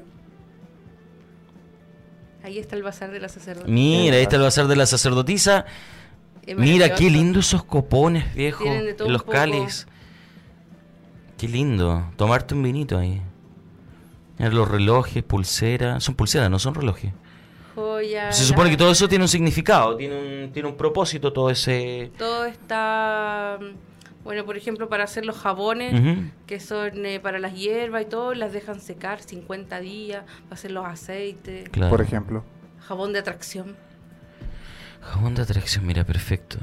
Speaker 6: Ahí está el bazar de la sacerdota.
Speaker 4: Mira, ahí está el bazar de la sacerdotisa.
Speaker 6: Es
Speaker 4: Mira, qué
Speaker 6: maravilloso.
Speaker 4: lindo esos copones, viejo.
Speaker 6: Tienen de todo
Speaker 4: Los
Speaker 6: un poco.
Speaker 4: cáliz. Qué lindo. Tomarte un vinito ahí. Mira, Los relojes, pulseras. Son pulseras, no son relojes.
Speaker 6: Joya,
Speaker 4: Se supone
Speaker 6: la-
Speaker 4: que todo eso tiene un significado, tiene un, tiene un propósito, todo ese...
Speaker 6: Todo está. mm, Bueno, por ejemplo, para hacer los jabones,
Speaker 4: Ujú.
Speaker 6: que son eh, para las hierbas y todo, las dejan secar 50 días, para hacer los aceites,
Speaker 4: Claro.
Speaker 7: Por ejemplo.
Speaker 6: jabón de atracción.
Speaker 4: Jabón de atracción, mira, perfecto.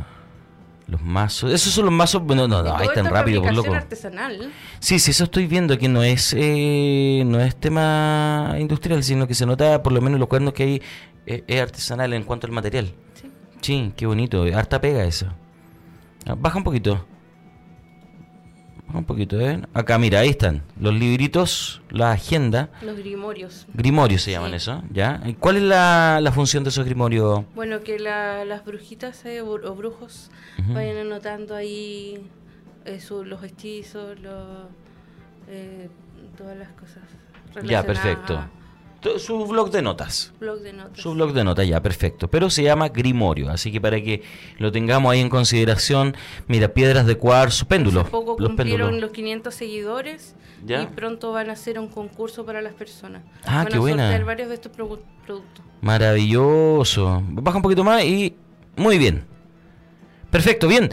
Speaker 4: Los mazos. Esos son los mazos... No, no,
Speaker 6: Y
Speaker 4: no,
Speaker 6: todo
Speaker 4: ahí
Speaker 6: esto
Speaker 4: están
Speaker 6: es
Speaker 4: rápido, por
Speaker 6: fabricación
Speaker 4: loco.
Speaker 6: artesanal.
Speaker 4: Sí, sí, eso estoy viendo, que no es, eh, no es tema industrial, sino que se nota por lo menos los cuernos que hay eh, es artesanal en cuanto al material.
Speaker 6: Sí.
Speaker 4: Sí, qué bonito, eh, harta pega eso. Ah, Baja un poquito. Baja un poquito, ¿eh? Acá, mira, ahí están. Los libritos, la agenda.
Speaker 6: Los grimorios.
Speaker 4: Grimorios se llaman
Speaker 6: Sí.
Speaker 4: eso, ¿ya? ¿Y ¿Cuál es la, la función de esos grimorios?
Speaker 6: Bueno, que la- las brujitas eh, bru- o brujos
Speaker 4: Ujú.
Speaker 6: vayan anotando ahí eh, su- los hechizos, los, eh, todas las cosas.
Speaker 4: Ya,
Speaker 6: relacionadas
Speaker 4: perfecto.
Speaker 6: a
Speaker 4: Tu- Su blog de notas.
Speaker 6: Blog de notas.
Speaker 4: Su blog de notas, ya, perfecto. Pero se llama Grimorio, así que para que lo tengamos ahí en consideración, mira, piedras de cuarzo, péndulos.
Speaker 6: Hace poco
Speaker 4: Los
Speaker 6: cumplieron
Speaker 4: péndulos.
Speaker 6: los 500 seguidores
Speaker 4: Ya.
Speaker 6: y pronto van a hacer un concurso para las personas.
Speaker 4: Ah,
Speaker 6: van
Speaker 4: qué
Speaker 6: a
Speaker 4: buena.
Speaker 6: sortear varios de estos produ- productos.
Speaker 4: Maravilloso. Baja un poquito más y. Muy bien. Perfecto, bien.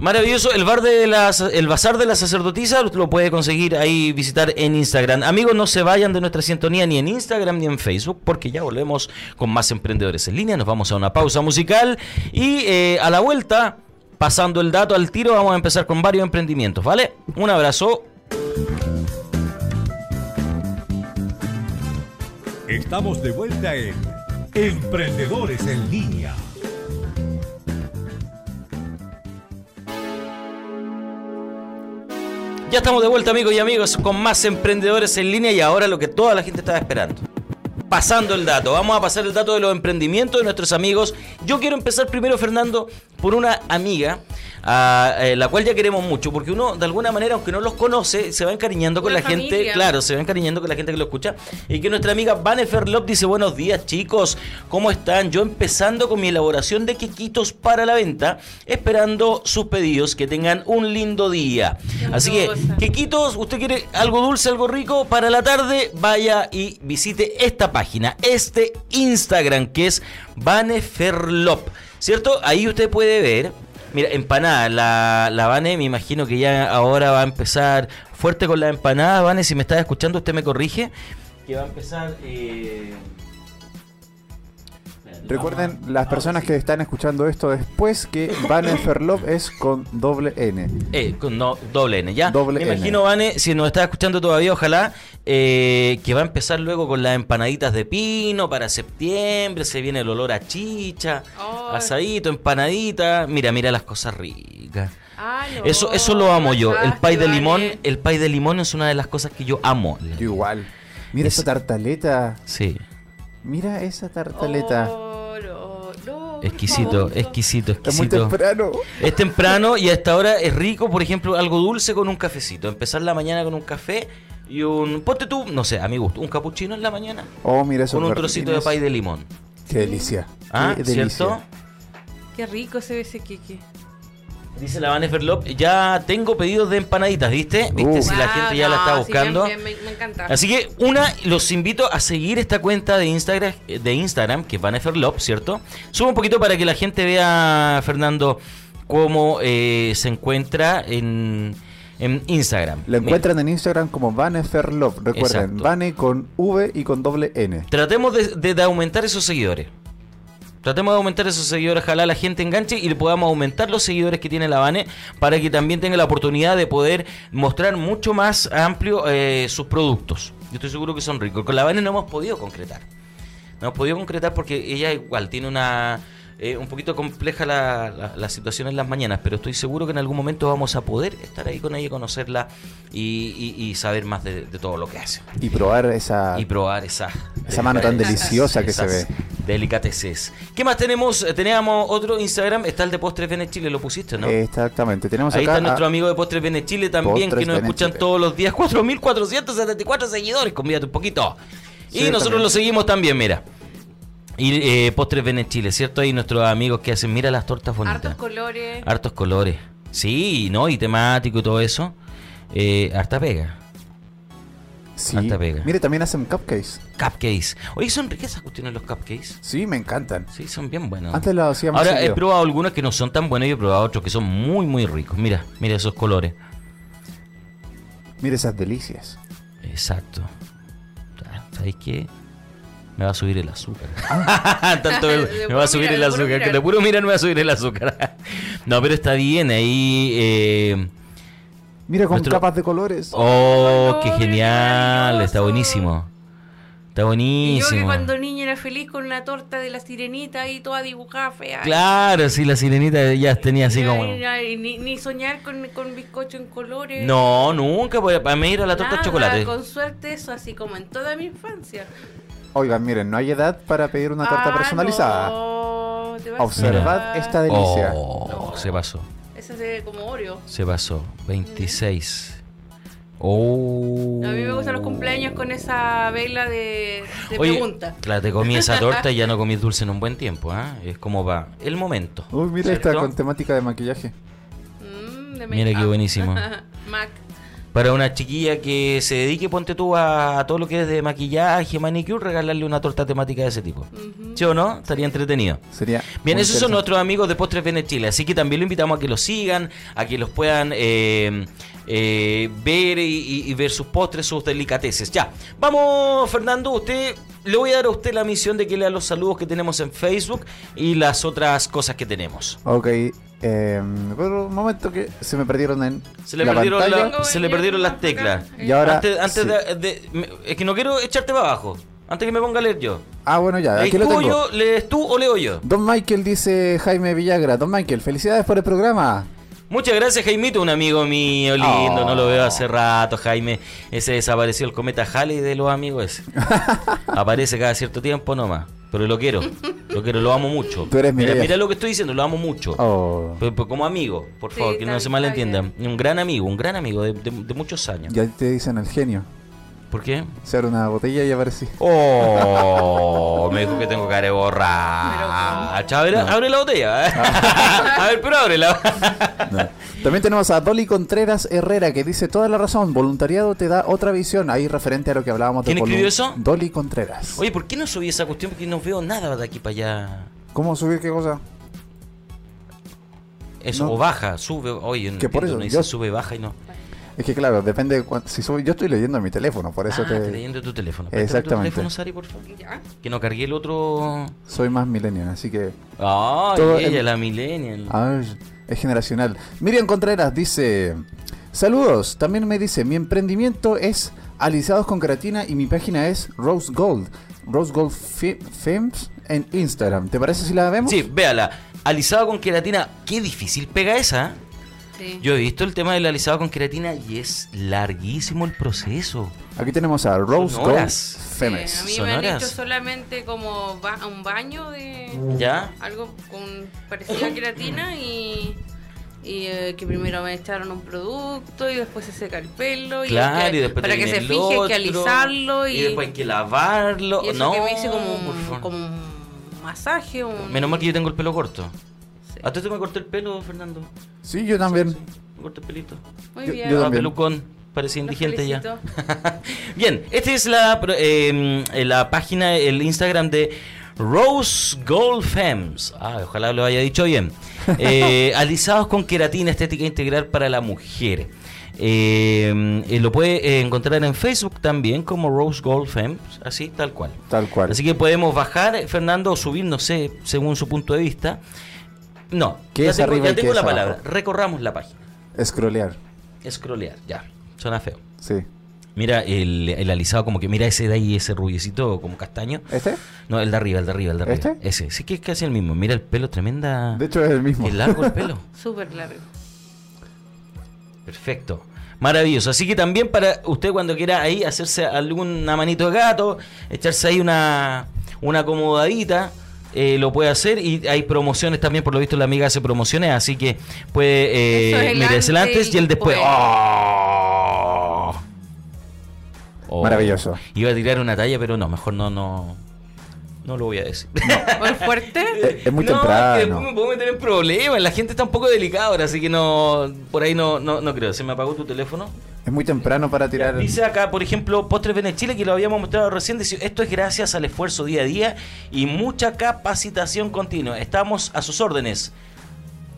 Speaker 4: Maravilloso, el, bar de la, el bazar de la sacerdotisa lo puede conseguir ahí visitar en Instagram. Amigos, no se vayan de nuestra sintonía ni en Instagram ni en Facebook, porque ya volvemos con más emprendedores en línea. Nos vamos a una pausa musical y eh, a la vuelta, pasando el dato al tiro, vamos a empezar con varios emprendimientos, ¿vale? Un abrazo.
Speaker 2: Estamos de vuelta en Emprendedores en Línea.
Speaker 4: Ya estamos de vuelta, amigos y amigos, con más emprendedores en línea y ahora lo que toda la gente estaba esperando. Pasando el dato, vamos a pasar el dato de los emprendimientos de nuestros amigos. Yo quiero empezar primero, Fernando, por una amiga, a eh, la cual ya queremos mucho, porque uno, de alguna manera, aunque no los conoce, se va encariñando con
Speaker 6: Una
Speaker 4: la gente,
Speaker 6: familia.
Speaker 4: claro, se va encariñando con la gente que lo escucha. Y que nuestra amiga Vannefer Lop dice, buenos días chicos, ¿cómo están? Yo empezando con mi elaboración de quequitos para la venta, esperando sus pedidos, que tengan un lindo día.
Speaker 6: Qué
Speaker 4: Así que,
Speaker 6: hermosa.
Speaker 4: quequitos, usted quiere algo dulce, algo rico para la tarde, vaya y visite esta página, este Instagram que es Vaneferlop. ¿Cierto? Ahí usted puede ver. Mira, empanada, la, la Vane, me imagino que ya ahora va a empezar fuerte con la empanada. Vane, si me está escuchando, usted me corrige. Que va a empezar. eh,
Speaker 7: Recuerden, las personas que están escuchando esto después, que Banner Love es con doble N.
Speaker 4: Eh, con no, doble N, ¿ya?
Speaker 7: Doble
Speaker 4: Me
Speaker 7: N.
Speaker 4: imagino, Vane, si nos está escuchando todavía, ojalá, eh, que va a empezar luego con las empanaditas de pino para septiembre, se viene el olor a chicha,
Speaker 6: Ay.
Speaker 4: asadito, empanadita, mira, mira las cosas ricas.
Speaker 6: Ah, no,
Speaker 4: Eso, eso lo amo yo, el
Speaker 6: fantástico,
Speaker 4: pay de
Speaker 6: Ale.
Speaker 4: limón, el pay de limón es una de las cosas que yo amo.
Speaker 7: Yo igual. Mira
Speaker 4: Es-
Speaker 7: esa tartaleta.
Speaker 4: Sí,
Speaker 7: Mira esa tartaleta.
Speaker 6: Oh, no, no, por
Speaker 4: exquisito,
Speaker 6: favor.
Speaker 4: exquisito,
Speaker 7: Es muy
Speaker 4: exquisito.
Speaker 7: temprano.
Speaker 4: Es temprano y hasta ahora es rico, por ejemplo, algo dulce con un cafecito. Empezar la mañana con un café y un. Ponte tú, no sé, a mi gusto, un capuchino en la mañana
Speaker 7: Oh, mira esos
Speaker 4: con un trocito de
Speaker 7: gardenias.
Speaker 4: pay de limón.
Speaker 7: Qué delicia.
Speaker 4: ¿Ah?
Speaker 7: Qué delicia.
Speaker 4: ¿Cierto?
Speaker 6: Qué rico se ve ese queque.
Speaker 4: Dice la Van Everlop, ya tengo pedidos de empanaditas, ¿viste? ¿Viste?
Speaker 7: Uh.
Speaker 4: Si la
Speaker 6: Wow,
Speaker 4: gente ya la
Speaker 6: Ah, no,
Speaker 4: está
Speaker 6: sí,
Speaker 4: buscando.
Speaker 6: bien, bien, me, me encanta.
Speaker 4: Así que una, los invito a seguir esta cuenta de Instagram, de Instagram que es Vaneferlop, ¿cierto? Subo un poquito para que la gente vea, Fernando, cómo eh, se encuentra en, en Instagram.
Speaker 7: Lo
Speaker 4: Mira.
Speaker 7: encuentran en Instagram como Banner Love. Recuerden,
Speaker 4: Exacto.
Speaker 7: Bane con V y con doble N.
Speaker 4: Tratemos de, de- de aumentar esos seguidores. Tratemos de aumentar esos seguidores, ojalá la gente enganche y le podamos aumentar los seguidores que tiene la Vane para que también tenga la oportunidad de poder mostrar mucho más amplio eh, sus productos. Yo estoy seguro que son ricos. Con la Vane no hemos podido concretar. No hemos podido concretar porque ella igual tiene una... eh, un poquito compleja la, la- la situación en las mañanas, pero estoy seguro que en algún momento vamos a poder estar ahí con ella, conocerla y, y- y saber más de- de todo lo que hace
Speaker 7: Y probar esa.
Speaker 4: y probar esa
Speaker 7: Esa mano tan deliciosa que se
Speaker 4: esas
Speaker 7: ve.
Speaker 4: Delicateces. ¿Qué más tenemos? Eh, Teníamos otro Instagram. Está el de Postres Vene Chile, lo pusiste, ¿no?
Speaker 5: Exactamente. Tenemos
Speaker 4: Ahí
Speaker 5: Eh, acá
Speaker 4: está nuestro
Speaker 5: a-
Speaker 4: amigo de Postres Vene Chile también, que
Speaker 5: Postres
Speaker 4: nos
Speaker 5: Vene
Speaker 4: escuchan
Speaker 5: Chile.
Speaker 4: todos los días. 4.474 seguidores, convídate un poquito. Y
Speaker 5: Ciertamente.
Speaker 4: nosotros lo seguimos también, mira. Y eh, Postres Vene Chile, ¿cierto? Ahí nuestros amigos que hacen, mira las tortas bonitas.
Speaker 6: Hartos colores.
Speaker 4: Hartos colores. Sí, ¿no? Y temático y todo eso. Eh, harta pega.
Speaker 5: Sí.
Speaker 4: Harta pega.
Speaker 5: Mire, también hacen cupcakes.
Speaker 4: Cupcakes. Oye, son ricas esas cuestiones los cupcakes.
Speaker 5: Sí, me encantan.
Speaker 4: Sí, son bien buenos.
Speaker 5: Antes lo hacíamos
Speaker 4: Ahora he
Speaker 5: seguido.
Speaker 4: probado algunos que no son tan buenos y he probado otros que son muy, muy ricos. Mira, mira esos colores.
Speaker 5: Mire esas delicias.
Speaker 4: Exacto. Ah, ¿Sabes qué? Me va a subir el azúcar. Tanto me,
Speaker 6: Ah. De
Speaker 4: me va a
Speaker 6: puro
Speaker 4: subir
Speaker 6: mirar,
Speaker 4: el
Speaker 6: de puro
Speaker 4: azúcar. Que
Speaker 6: mirar.
Speaker 4: de puro mirar me va a subir el azúcar. no, pero está bien ahí. eh,
Speaker 5: Mira con
Speaker 4: Nuestro-
Speaker 5: capas de colores.
Speaker 4: Oh, qué
Speaker 6: colores,
Speaker 4: genial. Está
Speaker 6: maravilloso.
Speaker 4: buenísimo. Está
Speaker 6: Y yo que
Speaker 4: buenísimo.
Speaker 6: cuando niña era feliz con la torta de la sirenita ahí toda dibujada fea.
Speaker 4: Claro, sí, la sirenita ya tenía así
Speaker 6: Ay,
Speaker 4: como...
Speaker 6: ay, ni, ni soñar con, con bizcocho en colores.
Speaker 4: No, nunca. pues, Para mí era la torta de
Speaker 6: Nada,
Speaker 4: chocolate.
Speaker 6: Con suerte eso, así como en toda mi infancia.
Speaker 5: Oigan, miren, no hay edad para pedir una torta
Speaker 6: Ah,
Speaker 5: personalizada.
Speaker 6: no, te vas a
Speaker 5: Observad
Speaker 6: pasar.
Speaker 5: esta delicia.
Speaker 4: Oh, se pasó.
Speaker 6: Esa se ve como Oreo.
Speaker 4: Se pasó. 26. Oh.
Speaker 6: A mí me gustan los cumpleaños con esa vela de, de
Speaker 4: Oye,
Speaker 6: pregunta.
Speaker 4: Claro, te comí esa torta y ya no comí dulce en un buen tiempo. ¿ah? Es como va. El momento.
Speaker 5: Uy, mira esta
Speaker 4: ¿cierto?
Speaker 5: con temática de maquillaje.
Speaker 6: Mm, de
Speaker 4: Mira qué
Speaker 6: make-up.
Speaker 4: buenísimo.
Speaker 6: Mac.
Speaker 4: Para una chiquilla que se dedique, ponte tú a, a todo lo que es de maquillaje, manicure, regalarle una torta temática de ese tipo.
Speaker 6: Ujú.
Speaker 4: ¿Sí o no? Estaría entretenido.
Speaker 5: Sería.
Speaker 4: Bien,
Speaker 5: muy
Speaker 4: esos son
Speaker 5: interesante.
Speaker 4: nuestros amigos de Postres Vene Chile, así que también lo invitamos a que los sigan, a que los puedan eh, eh, ver y, y- y ver sus postres, sus delicateces. Ya, vamos Fernando, usted le voy a dar a usted la misión de que lea los saludos que tenemos en Facebook y las otras cosas que tenemos.
Speaker 5: Ok, eh, pero un momento que se me perdieron en
Speaker 4: Se le,
Speaker 5: la
Speaker 4: perdieron, la-
Speaker 5: pantalla.
Speaker 4: se le perdieron las teclas.
Speaker 6: Eh,
Speaker 5: Y ahora,
Speaker 4: antes antes
Speaker 5: sí.
Speaker 4: de- de- me- es que no quiero echarte para abajo, antes que me ponga a leer yo.
Speaker 5: Ah, bueno, ya,
Speaker 4: ¿Lees
Speaker 5: aquí lo
Speaker 4: tú, o
Speaker 5: tengo.
Speaker 4: yo, lees tú o leo yo?
Speaker 5: Don Michael dice Jaime Villagra. Don Michael, felicidades por el programa.
Speaker 4: Muchas gracias, Jaimito, un amigo mío lindo.
Speaker 5: Oh.
Speaker 4: No lo veo hace rato, Jaime. Ese desapareció el cometa Halley de los amigos. ese. Aparece cada cierto tiempo nomás. Pero lo quiero, lo quiero, lo amo mucho.
Speaker 5: Tú eres mi
Speaker 4: mira,
Speaker 5: rey.
Speaker 4: mira lo que estoy diciendo, lo amo mucho.
Speaker 5: Oh,
Speaker 4: Pero- pero como amigo, por
Speaker 6: Sí,
Speaker 4: favor, que no
Speaker 6: está-
Speaker 4: se
Speaker 6: está
Speaker 4: malentiendan. Un gran amigo, un gran amigo de, de- de muchos años.
Speaker 5: ya te dicen el genio.
Speaker 4: ¿Por qué?
Speaker 5: Se abre una botella y aparecí.
Speaker 4: Oh, me dijo que tengo cara de borracha. A ver, abre la botella.
Speaker 5: Ah.
Speaker 4: A ver, pero ábrela.
Speaker 5: No. También tenemos a Dolly Contreras Herrera que dice toda la razón, voluntariado te da otra visión. Ahí referente a lo que hablábamos de
Speaker 4: ¿Quién escribió
Speaker 5: volu-
Speaker 4: eso?
Speaker 5: Dolly Contreras.
Speaker 4: Oye, ¿por qué no subí esa cuestión? Porque no veo nada de aquí para allá.
Speaker 5: ¿Cómo subir qué cosa?
Speaker 4: Eso,
Speaker 5: No.
Speaker 4: o baja, sube, oye, no
Speaker 5: Que por
Speaker 4: entiendo,
Speaker 5: eso,
Speaker 4: no dice
Speaker 5: yo-
Speaker 4: sube, baja y no.
Speaker 5: Es que claro, depende de cuán- si sube- yo estoy leyendo en mi teléfono, por eso
Speaker 4: ah,
Speaker 5: te-
Speaker 4: está leyendo tu teléfono. Préstame
Speaker 5: Exactamente.
Speaker 4: Tu teléfono, Sari, por favor.
Speaker 6: Ya.
Speaker 4: Que no cargué el otro.
Speaker 5: soy más millennial, así que
Speaker 4: Ay,
Speaker 5: Todo ¿Ah,
Speaker 4: ella,
Speaker 5: el-
Speaker 4: la millennial.
Speaker 5: Ay, es generacional. Miriam Contreras dice: Saludos. También me dice: Mi emprendimiento es Alisados con Creatina y mi página es Rose Gold. Rose Gold Fi- Films en Instagram. ¿Te parece si la vemos?
Speaker 4: Sí, véala. Alisado con queratina. Qué difícil pega esa. ¿eh?
Speaker 6: Sí.
Speaker 4: Yo he visto el tema del alisado con queratina y es larguísimo el proceso.
Speaker 5: Aquí tenemos a Rose
Speaker 4: Son
Speaker 5: Gold
Speaker 4: horas.
Speaker 5: Films.
Speaker 6: Sí, a mí me han
Speaker 4: sonoras.
Speaker 6: hecho solamente como ba- un baño de
Speaker 4: ¿Ya?
Speaker 6: algo con parecido a queratina y, y, eh, que primero me echaron un producto y después se seca el pelo y hay
Speaker 4: Claro,
Speaker 6: que-
Speaker 4: y después te
Speaker 6: para que
Speaker 4: viene
Speaker 6: se
Speaker 4: el
Speaker 6: fije hay que
Speaker 4: otro,
Speaker 6: alisarlo y,
Speaker 4: Y después hay que lavarlo.
Speaker 6: y eso
Speaker 4: no,
Speaker 6: que me hice como
Speaker 4: por
Speaker 6: un,
Speaker 4: favor.
Speaker 6: como un masaje un,
Speaker 4: Menos mal que yo tengo el pelo corto.
Speaker 6: Sí.
Speaker 4: ¿A tú te me corté el pelo, Fernando?
Speaker 5: Sí, yo también.
Speaker 4: Me corté el pelito.
Speaker 6: muy
Speaker 5: yo-
Speaker 6: bien
Speaker 5: yo
Speaker 4: Ah,
Speaker 5: también.
Speaker 4: pelucón. Parecía
Speaker 6: Los
Speaker 4: indigente ya.
Speaker 6: felicito.
Speaker 4: Bien, esta es la, pro- eh, la página, el Instagram de Rose Gold Femmes. Ah, ojalá lo haya dicho bien. Eh, alisados con queratina estética integral para la mujer. Eh, eh, lo puede eh, encontrar en Facebook también como Rose Gold Femmes, así tal cual.
Speaker 5: Tal cual.
Speaker 4: Así que podemos bajar, eh, Fernando, o subir, no sé, según su punto de vista. No,
Speaker 5: ¿Qué
Speaker 4: ya
Speaker 5: es
Speaker 4: tengo,
Speaker 5: arriba
Speaker 4: ya
Speaker 5: y qué
Speaker 4: tengo
Speaker 5: es
Speaker 4: la
Speaker 5: abajo?
Speaker 4: palabra. Recorramos la página.
Speaker 5: Scrollear.
Speaker 4: Scrollear, ya. Suena feo.
Speaker 5: Sí.
Speaker 4: Mira el, el alisado, como que mira ese de ahí, ese rubiecito como castaño.
Speaker 5: ¿Este?
Speaker 4: No, el de arriba, el de arriba, el de arriba.
Speaker 5: ¿Este?
Speaker 4: Ese, sí que es casi el mismo. Mira el pelo, tremenda.
Speaker 5: De hecho, es el mismo.
Speaker 4: Es largo el pelo.
Speaker 6: súper largo
Speaker 4: Perfecto. Maravilloso. Así que también para usted cuando quiera ahí hacerse alguna manito de gato, echarse ahí una, una acomodadita. eh, lo puede hacer y hay promociones también, por lo visto la amiga hace promociones, así que puede eh,
Speaker 6: Eso es el
Speaker 4: meterse el
Speaker 6: antes
Speaker 4: antes
Speaker 6: y
Speaker 4: y el después. ¡Ah!
Speaker 6: después.
Speaker 4: ¡Oh! Oh.
Speaker 5: Maravilloso.
Speaker 4: Iba a tirar una talla, pero no, mejor no, no, no lo voy a decir.
Speaker 6: ¿O el fuerte?
Speaker 5: Es, es muy
Speaker 4: No, es que después
Speaker 5: temprano.
Speaker 4: me puedo meter en problemas. La gente está un poco delicada ahora, así que no. Por ahí no, no, no creo. ¿Se me apagó tu teléfono?
Speaker 5: Es muy temprano para tirar.
Speaker 4: Dice acá, por ejemplo, Postres Benechile, que lo habíamos mostrado recién, dice, esto es gracias al esfuerzo día a día y mucha capacitación continua. Estamos a sus órdenes.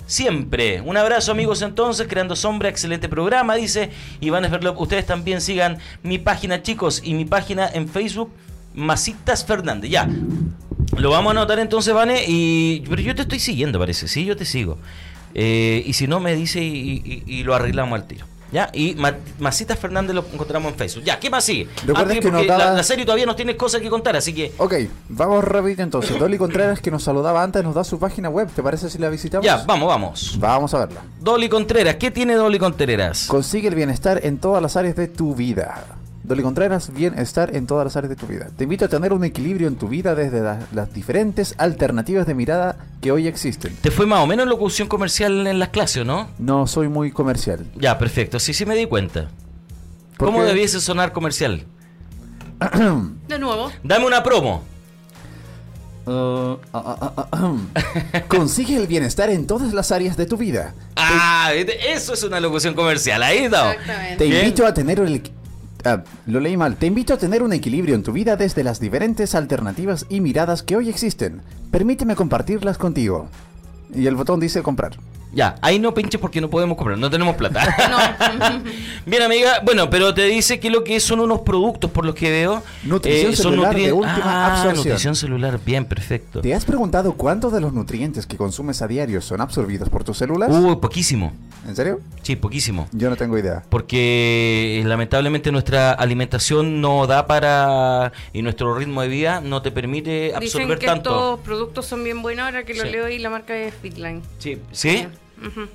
Speaker 4: Siempre. Un abrazo amigos entonces, Creando Sombra, excelente programa, dice Iván Esberlop. Ustedes también sigan mi página, chicos, y mi página en Facebook, Masitas Fernández. Ya. Lo vamos a anotar entonces, Vane, y... Pero yo te estoy siguiendo, parece, sí, yo te sigo. Eh, y si no, me dice y, y- y lo arreglamos al tiro. ¿Ya? Y Ma- Masitas Fernández lo encontramos en Facebook. Ya, ¿qué más sigue?
Speaker 5: Recuerden
Speaker 4: Antes,
Speaker 5: que
Speaker 4: porque
Speaker 5: nos daba-
Speaker 4: la, la serie todavía nos tiene cosas que contar, así que...
Speaker 5: Ok, vamos rápido entonces. Dolly Contreras, que nos saludaba antes, nos da su página web. ¿Te parece si la visitamos?
Speaker 4: Ya, vamos, vamos.
Speaker 5: Vamos a verla.
Speaker 4: Dolly Contreras, ¿qué tiene Dolly Contreras?
Speaker 5: Consigue el bienestar en todas las áreas de tu vida. Dolly Contreras, bienestar en todas las áreas de tu vida. Te invito a tener un equilibrio en tu vida desde la- las diferentes alternativas de mirada que hoy existen.
Speaker 4: Te fue más o menos locución comercial en las clases, ¿o ¿no?
Speaker 5: No soy muy comercial.
Speaker 4: Ya, perfecto. Sí, sí me di cuenta.
Speaker 5: ¿Por
Speaker 4: ¿Cómo
Speaker 5: qué?
Speaker 4: debiese sonar comercial?
Speaker 6: De nuevo.
Speaker 4: Dame una promo.
Speaker 5: Uh, ah, ah, ah, ahem. Consigue el bienestar en todas las áreas de tu vida.
Speaker 4: Ah, ¿viste? eso es una locución comercial. Ahí está.
Speaker 5: Te
Speaker 6: Exactamente.
Speaker 4: Bien.
Speaker 5: invito a tener el... ah, lo leí mal. Te invito a tener un equilibrio en tu vida desde las diferentes alternativas y miradas que hoy existen. Permíteme compartirlas contigo. Y el botón dice comprar.
Speaker 4: Ya, ahí no pinches porque no podemos comprar, no tenemos plata.
Speaker 6: No.
Speaker 4: Bien, amiga, bueno, pero te dice que lo que son unos productos, por los que veo.
Speaker 5: Nutrición celular de
Speaker 4: nutrien-
Speaker 5: última
Speaker 4: ah,
Speaker 5: absorción.
Speaker 4: Nutrición celular, bien, perfecto.
Speaker 5: ¿Te has preguntado cuántos de los nutrientes que consumes a diario son absorbidos por tus células?
Speaker 4: Uy, poquísimo.
Speaker 5: ¿En serio?
Speaker 4: Sí, poquísimo.
Speaker 5: Yo no tengo idea.
Speaker 4: Porque eh, lamentablemente nuestra alimentación no da para. y nuestro ritmo de vida no te permite absorber
Speaker 6: Dicen que
Speaker 4: tanto.
Speaker 6: estos productos son bien buenos ahora que lo
Speaker 4: Sí.
Speaker 6: leo y la marca es Fitline.
Speaker 4: Sí, ¿sí?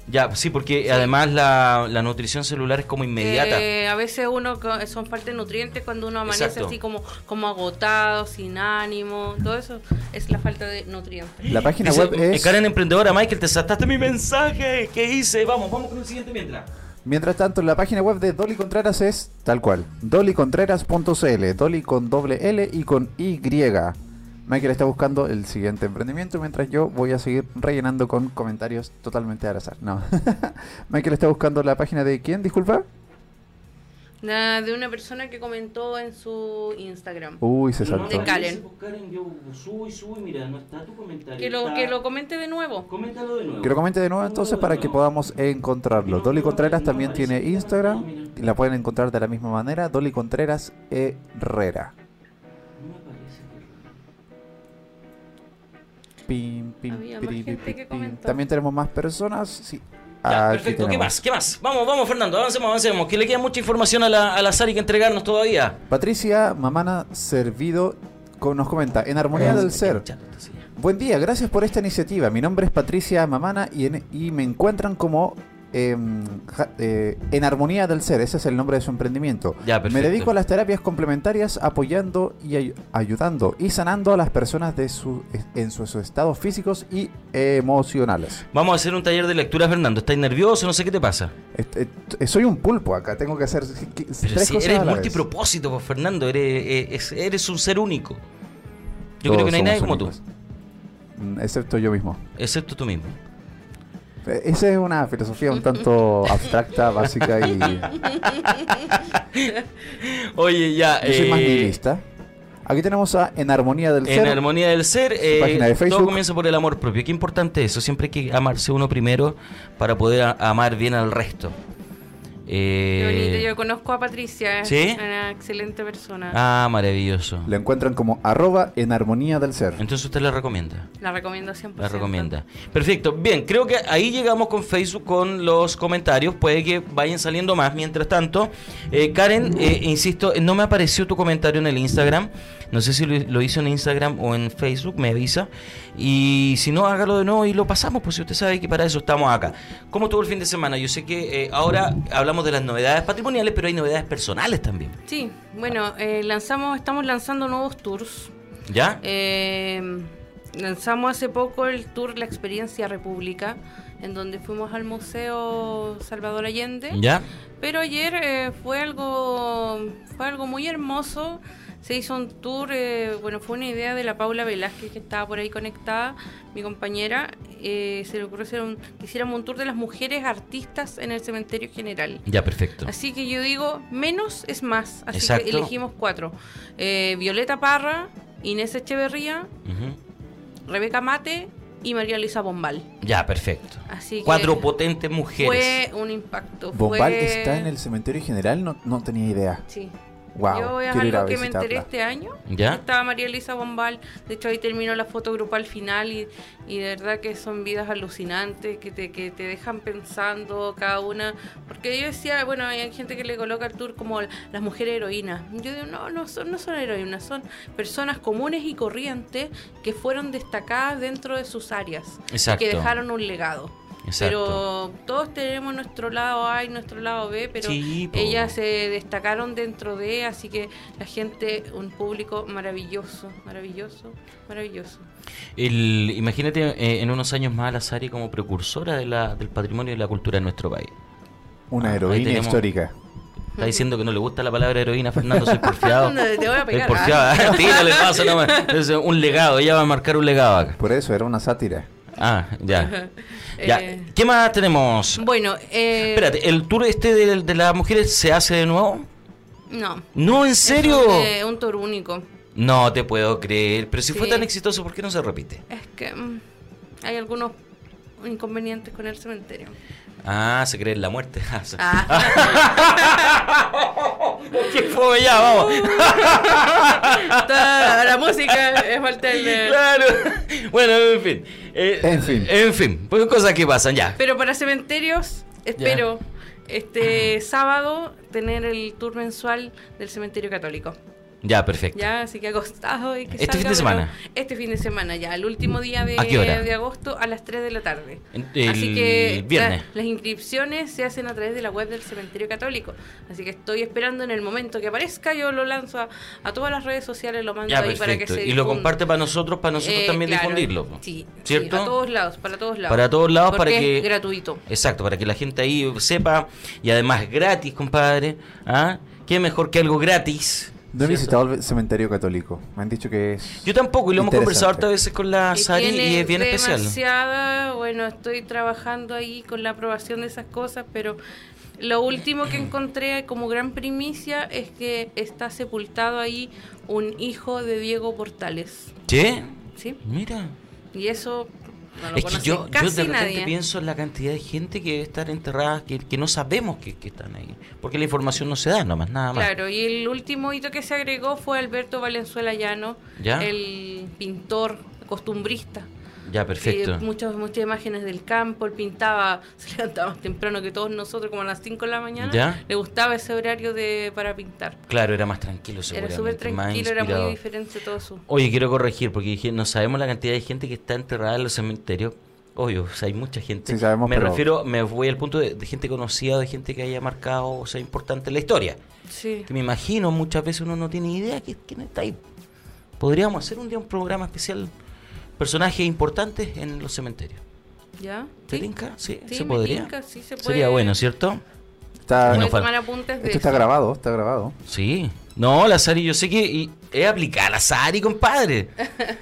Speaker 4: Ya, sí, porque además la, la nutrición celular es como inmediata.
Speaker 6: Eh, a veces uno co- son falta de nutrientes cuando uno amanece
Speaker 4: Exacto.
Speaker 6: así como, como agotado, sin ánimo, todo eso es la falta de nutrientes.
Speaker 5: La página
Speaker 4: Dice,
Speaker 5: web es...
Speaker 4: eh, Karen Emprendedora, Michael, te saltaste mi mensaje. ¿Qué hice? Vamos, vamos con el siguiente mientras.
Speaker 5: Mientras tanto, la página web de Dolly Contreras es tal cual, dollycontreras.cl, Dolly con doble L y con Y. Michael está buscando el siguiente emprendimiento mientras yo voy a seguir rellenando con comentarios totalmente al azar. No. Michael está buscando la página de quién, disculpa.
Speaker 6: Na- De una persona que comentó en su Instagram.
Speaker 5: Uy, se saltó.
Speaker 6: De Karen.
Speaker 4: Karen, yo subo y subo y mira, no está tu comentario.
Speaker 6: Que lo, que lo comente de nuevo.
Speaker 4: Coméntalo de nuevo.
Speaker 5: Que lo comente de nuevo entonces para que podamos encontrarlo. Dolly Contreras también tiene Instagram y la pueden encontrar de la misma manera, Dolly Contreras Herrera. Pim, pim,
Speaker 6: Había
Speaker 5: piri,
Speaker 6: más gente
Speaker 5: pi, pi,
Speaker 6: que
Speaker 5: pim.
Speaker 6: comentó.
Speaker 5: También tenemos más personas. Sí.
Speaker 4: Ya,
Speaker 5: Ah, Aquí
Speaker 4: perfecto, ¿qué
Speaker 5: tenemos.
Speaker 4: más? ¿Qué más? Vamos, vamos, Fernando, avancemos, avancemos. Que le queda mucha información a la, a la Sari que entregarnos todavía.
Speaker 5: Patricia Mamana Servido co- nos comenta, en armonía del ser. Buen día, gracias por esta iniciativa. Mi nombre es Patricia Mamana y, en- y me encuentran como em, ja- eh, En Armonía del Ser. Ese es el nombre de su emprendimiento.
Speaker 4: Ya,
Speaker 5: me
Speaker 4: perfecto.
Speaker 5: dedico a las terapias complementarias apoyando y ayu- ayudando y sanando a las personas de su, en sus estados físicos y emocionales.
Speaker 4: Vamos a hacer un taller de lectura, Fernando. ¿Estás nervioso? No sé qué te pasa.
Speaker 5: Este, eh, soy un pulpo acá, tengo que hacer qu- qu- tres
Speaker 4: Pero si
Speaker 5: cosas
Speaker 4: eres
Speaker 5: a la vez.
Speaker 4: multipropósito, pues, Fernando. Eres, eres, eres un ser único. Yo
Speaker 5: Todos
Speaker 4: creo que no hay
Speaker 5: somos
Speaker 4: nadie como tú,
Speaker 5: únicos. Mm, Excepto yo mismo.
Speaker 4: excepto tú mismo.
Speaker 5: Eh, Esa es una filosofía un tanto abstracta, básica y.
Speaker 4: Oye, ya.
Speaker 5: Yo soy más
Speaker 4: eh,
Speaker 5: nihilista. Aquí tenemos a En Armonía del
Speaker 4: En
Speaker 5: Ser.
Speaker 4: Armonía del Ser, eh,
Speaker 5: página de
Speaker 4: todo
Speaker 5: Facebook.
Speaker 4: comienza por el amor propio. Qué importante eso, siempre hay que amarse uno primero para poder a- amar bien al resto. Eh,
Speaker 6: Qué bonito, yo conozco a Patricia, es
Speaker 4: ¿Sí?
Speaker 6: una excelente persona.
Speaker 4: ah, maravilloso.
Speaker 5: Lo encuentran como arroba En Armonía del Ser.
Speaker 4: Entonces usted la recomienda.
Speaker 6: La recomiendo 100%.
Speaker 4: La recomienda. Perfecto. Bien, creo que ahí llegamos con Facebook con los comentarios. Puede que vayan saliendo más. Mientras tanto, eh, Karen, eh, insisto, no me apareció tu comentario en el Instagram. No sé si lo, lo hizo en Instagram o en Facebook, me avisa. Y si no, hágalo de nuevo y lo pasamos, pues si usted sabe que para eso estamos acá. ¿Cómo estuvo el fin de semana? Yo sé que eh, ahora hablamos de las novedades patrimoniales, pero hay novedades personales también.
Speaker 6: Sí, bueno, eh, lanzamos, estamos lanzando nuevos tours.
Speaker 4: ¿Ya?
Speaker 6: Eh, lanzamos hace poco el tour La Experiencia República, en donde fuimos al Museo Salvador Allende.
Speaker 4: ¿Ya?
Speaker 6: Pero ayer eh, fue algo fue algo muy hermoso. Se hizo un tour, eh, bueno, fue una idea de la Paula Velázquez que estaba por ahí conectada, mi compañera. Eh, se le ocurrió hacer un, que hiciéramos un tour de las mujeres artistas en el cementerio general.
Speaker 4: Ya, perfecto.
Speaker 6: Así que yo digo, menos es más. Así
Speaker 4: Exacto.
Speaker 6: que elegimos cuatro. Eh, Violeta Parra, Inés Echeverría,
Speaker 4: Ujú.
Speaker 6: Rebeca Mate y María Luisa Bombal.
Speaker 4: Ya, perfecto.
Speaker 6: Así que
Speaker 4: Cuatro potentes mujeres.
Speaker 6: fue un impacto.
Speaker 5: Bombal
Speaker 6: fue-
Speaker 5: está en el cementerio general, no, no tenía idea.
Speaker 6: Sí.
Speaker 5: Wow,
Speaker 6: Yo es
Speaker 5: quiero ir a
Speaker 6: algo que me enteré
Speaker 5: visitarla.
Speaker 6: este año.
Speaker 4: ¿Ya?
Speaker 6: Estaba María Elisa Bombal. De hecho, ahí terminó la foto grupal final. Y, y de verdad que son vidas alucinantes que te, que te dejan pensando cada una. Porque yo decía, bueno, hay gente que le coloca al tour como las mujeres heroínas. Yo digo, no, no son, no son heroínas, son personas comunes y corrientes que fueron destacadas dentro de sus áreas. y
Speaker 4: Exacto.
Speaker 6: Que dejaron un legado.
Speaker 4: Exacto.
Speaker 6: Pero todos tenemos nuestro lado A y nuestro lado B, pero
Speaker 4: Sí, po.
Speaker 6: ellas se destacaron dentro de, así que la gente, un público maravilloso, maravilloso, maravilloso.
Speaker 4: El- imagínate eh, en unos años más a la Sari como precursora de la- del patrimonio y de la cultura de nuestro país.
Speaker 5: Una
Speaker 4: Ah, ahí
Speaker 5: heroína
Speaker 4: tenemos-
Speaker 5: histórica.
Speaker 4: Está diciendo que no le gusta la palabra heroína, Fernando, soy porfiado.
Speaker 6: No, te voy a
Speaker 4: soy
Speaker 6: pegar,
Speaker 4: porfiado, tírale paso nomás. Entonces, un legado, ella va a marcar un legado acá.
Speaker 5: Por eso, era una sátira.
Speaker 4: Ah, ya. ya.
Speaker 6: Eh,
Speaker 4: ¿Qué más tenemos?
Speaker 6: Bueno, eh,
Speaker 4: Espérate, ¿el tour este de, de las mujeres se hace de nuevo?
Speaker 6: no.
Speaker 4: No, en serio.
Speaker 6: Es un, eh, un tour único.
Speaker 4: No te puedo creer, pero si fue
Speaker 6: Sí.
Speaker 4: tan exitoso, ¿por qué no se repite?
Speaker 6: Es que mm, hay algunos inconvenientes con el cementerio.
Speaker 4: Ah, se cree en la muerte.
Speaker 6: Ah,
Speaker 4: ¡Qué fome ya, vamos!
Speaker 6: toda la música es falta el...
Speaker 4: Claro. Bueno, en fin. Eh,
Speaker 5: En fin.
Speaker 4: En fin, pues cosas que pasan ya.
Speaker 6: Pero para cementerios, espero este sábado tener el tour mensual del cementerio católico.
Speaker 4: Ya, perfecto.
Speaker 6: Ya, así que acostado y que
Speaker 4: ¿Este
Speaker 6: salga,
Speaker 4: fin de
Speaker 6: pero
Speaker 4: semana?
Speaker 6: Este fin de semana ya, el último día de,
Speaker 4: ¿A qué hora?
Speaker 6: de agosto a las 3 de la tarde.
Speaker 4: En- el
Speaker 6: así que la-
Speaker 4: viernes.
Speaker 6: las inscripciones se hacen a través de la web del cementerio católico. Así que estoy esperando en el momento que aparezca, yo lo lanzo a, a todas las redes sociales, lo mando
Speaker 4: Ya,
Speaker 6: ahí para que
Speaker 4: perfecto.
Speaker 6: se
Speaker 4: Y lo
Speaker 6: difunda.
Speaker 4: comparte para nosotros, para nosotros
Speaker 6: Eh,
Speaker 4: también
Speaker 6: claro,
Speaker 4: difundirlo. po.
Speaker 6: Sí,
Speaker 4: ¿Cierto?
Speaker 6: sí, a todos lados, para todos lados.
Speaker 4: Para todos lados, para
Speaker 6: Porque
Speaker 4: que.
Speaker 6: es gratuito.
Speaker 4: Exacto, para que la gente ahí sepa. Y además gratis, compadre. ¿Ah? ¿Qué mejor que algo gratis?
Speaker 5: No he
Speaker 4: ¿Cierto?
Speaker 5: visitado el cementerio católico. Me han dicho que es.
Speaker 4: Yo tampoco, y lo hemos conversado
Speaker 5: interesante.
Speaker 4: hartas veces con la
Speaker 6: que
Speaker 4: Ah, Sari
Speaker 6: tiene
Speaker 4: y es bien especial.
Speaker 6: demasiada- bueno, estoy trabajando ahí con la aprobación de esas cosas, pero lo último que encontré como gran primicia es que está sepultado ahí un hijo de Diego Portales,
Speaker 4: ¿Sí?
Speaker 6: ¿sí?
Speaker 4: Mira.
Speaker 6: Y eso no lo
Speaker 4: es que
Speaker 6: conoce
Speaker 4: yo, yo
Speaker 6: casi
Speaker 4: de repente
Speaker 6: nadie.
Speaker 4: pienso en la cantidad de gente que debe estar enterrada, que, que no sabemos que, que están ahí. Porque la información no se da nomás, nada más.
Speaker 6: Claro, y el último hito que se agregó fue Alberto Valenzuela Llano,
Speaker 4: ¿Ya?
Speaker 6: el pintor costumbrista.
Speaker 4: Ya, perfecto.
Speaker 6: Eh, muchas, muchas imágenes del campo, él pintaba, se levantaba más temprano que todos nosotros, como a las 5 de la mañana.
Speaker 4: ¿Ya?
Speaker 6: Le gustaba ese horario de para pintar.
Speaker 4: Claro, era más tranquilo
Speaker 6: Era
Speaker 4: seguramente.
Speaker 6: súper
Speaker 4: más
Speaker 6: tranquilo, era
Speaker 4: inspirado.
Speaker 6: muy diferente todo su...
Speaker 4: Oye, quiero corregir porque dije, no sabemos la cantidad de gente que está enterrada en los cementerios. Obvio, o sea, hay mucha gente.
Speaker 5: Sí, sabemos,
Speaker 4: me
Speaker 5: pero-
Speaker 4: refiero, me voy al punto de, de gente conocida, de gente que haya marcado, o sea, importante en la historia.
Speaker 6: Sí.
Speaker 4: Que me imagino, muchas veces uno no tiene idea que quién está ahí. Podríamos hacer un día un programa especial, personajes importantes en los cementerios.
Speaker 6: ¿Ya?
Speaker 4: ¿Te
Speaker 6: Sí.
Speaker 4: tinca? Sí,
Speaker 6: Sí,
Speaker 4: se
Speaker 6: me
Speaker 4: podría.
Speaker 6: tinca, sí, se puede.
Speaker 4: Sería bueno, ¿cierto?
Speaker 5: Está-
Speaker 6: Puede
Speaker 4: Bueno, fal-
Speaker 6: tomar apuntes de
Speaker 5: esto está
Speaker 6: eso.
Speaker 5: grabado, está grabado.
Speaker 4: Sí. No, la Sari, yo sé que y- es aplicar a Sari, compadre.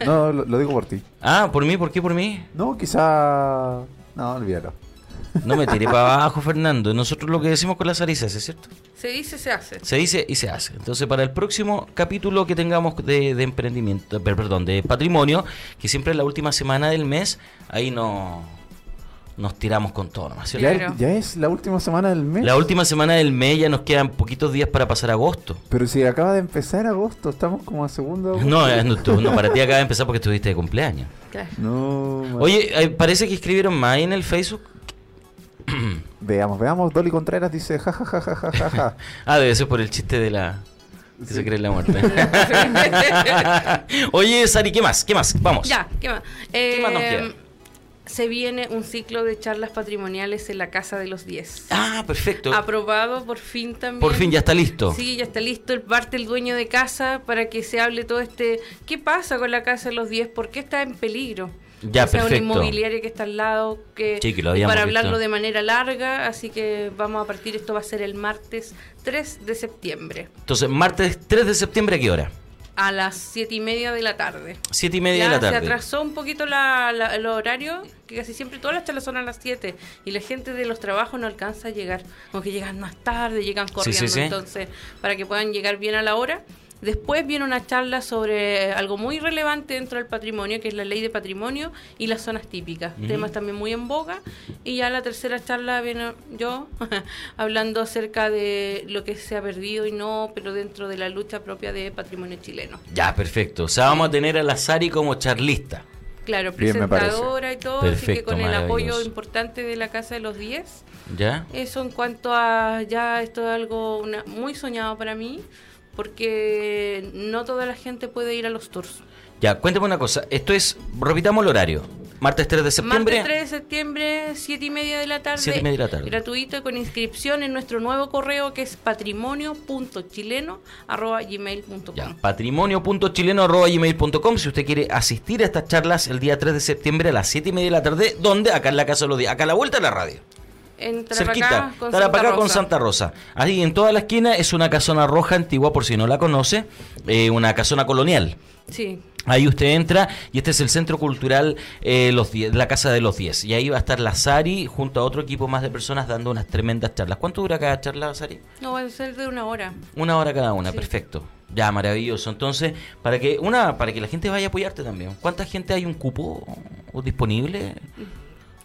Speaker 5: No, lo, lo digo por ti.
Speaker 4: Ah, ¿por mí? ¿Por qué por mí?
Speaker 5: No, quizá. No, olvídalo.
Speaker 4: No me tiré para abajo, Fernando. Nosotros lo que decimos con las arisas, ¿es cierto?
Speaker 6: Se dice, se hace.
Speaker 4: Se dice y se hace. Entonces, para el próximo capítulo que tengamos de, de emprendimiento, per- perdón, de patrimonio, que siempre es la última semana del mes, ahí no, nos tiramos con todo nomás, ¿cierto?
Speaker 5: Ya,
Speaker 6: Claro.
Speaker 5: ya es la última semana del mes.
Speaker 4: La última semana del mes ya nos quedan poquitos días para pasar agosto.
Speaker 5: Pero si acaba de empezar agosto, estamos como a segundo.
Speaker 4: No, eh, no, tú- no, para ti acaba de empezar porque estuviste de cumpleaños.
Speaker 6: Claro.
Speaker 5: No, man.
Speaker 4: Oye, eh, parece que escribieron más ahí en el Facebook.
Speaker 5: Veamos, veamos. Dolly Contreras dice: ja, ja, ja, ja, ja, ja, ja.
Speaker 4: Ah, debe ser por el chiste de la... que se cree en la muerte. Oye, Sari, ¿qué más? ¿Qué más? Vamos.
Speaker 6: Ya, ¿qué más?
Speaker 4: ¿Qué más nos
Speaker 6: Eh,
Speaker 4: queda?
Speaker 6: se viene un ciclo de charlas patrimoniales en la Casa de los 10.
Speaker 4: Ah, perfecto.
Speaker 6: Aprobado por fin también.
Speaker 4: Por fin ya está listo.
Speaker 6: Sí, ya está listo. El parte el dueño de casa para que se hable todo este. ¿Qué pasa con la Casa de los 10? ¿Por qué está en peligro?
Speaker 4: Ya,
Speaker 6: o sea,
Speaker 4: perfecto.
Speaker 6: una inmobiliaria que está al lado que,
Speaker 4: Sí, que lo
Speaker 6: y
Speaker 4: habíamos
Speaker 6: para hablarlo
Speaker 4: visto.
Speaker 6: de manera larga. Así que vamos a partir. Esto va a ser el martes 3 de septiembre
Speaker 4: Entonces, martes 3 de septiembre, ¿a qué hora?
Speaker 6: a las 7 y media de la tarde.
Speaker 4: Siete y media
Speaker 6: Ya
Speaker 4: de la tarde.
Speaker 6: Se atrasó un poquito la- la- el horario, que casi siempre todas las charlas son a las 7 y la gente de los trabajos no alcanza a llegar, como que llegan más tarde, llegan
Speaker 4: sí,
Speaker 6: corriendo,
Speaker 4: sí.
Speaker 6: entonces para que puedan llegar bien a la hora. Después viene una charla sobre algo muy relevante dentro del patrimonio, que es la ley de patrimonio y las zonas típicas, temas también muy en boga. Y ya la tercera charla viene yo hablando acerca de lo que se ha perdido y no, pero dentro de la lucha propia de patrimonio chileno.
Speaker 4: Ya, perfecto. O sea, vamos a tener a la Sari como charlista.
Speaker 6: Claro,
Speaker 5: Bien, me parece.
Speaker 6: presentadora y todo, así que
Speaker 4: Perfecto,
Speaker 6: con el apoyo
Speaker 4: maravilloso.
Speaker 6: importante de la Casa de los 10.
Speaker 4: ¿Ya?
Speaker 6: Eso en cuanto a ya esto es algo una- muy soñado para mí, porque no toda la gente puede ir a los tours.
Speaker 4: Ya, cuéntame una cosa. Esto es, repitamos el horario. Martes 3 de septiembre.
Speaker 6: Martes 3 de septiembre, 7 y media de la tarde.
Speaker 4: Siete y media de la tarde.
Speaker 6: Gratuito y con inscripción en nuestro nuevo correo que es patrimonio.chileno.gmail.com.
Speaker 4: Ya, patrimonio.chileno.gmail.com si usted quiere asistir a estas charlas el día 3 de septiembre a las 7 y media de la tarde, donde acá en la Casa de los Días, acá a la vuelta de la radio.
Speaker 6: En Tarapacá,
Speaker 4: Cerquita, Tarapacá con Santa Rosa. Ahí en toda la esquina es una casona roja antigua, por si no la conoce, eh, una casona colonial.
Speaker 6: Sí,
Speaker 4: Ahí usted entra y este es el centro cultural eh, los Diez- La Casa de los 10. Y ahí va a estar la Sari junto a otro equipo más de personas dando unas tremendas charlas. ¿Cuánto dura cada charla, Sari?
Speaker 6: no va a ser de una hora.
Speaker 4: Una hora cada una,
Speaker 6: Sí.
Speaker 4: perfecto. Ya, maravilloso. Entonces, para que una para que la gente vaya a apoyarte también. ¿Cuánta gente hay un cupo disponible?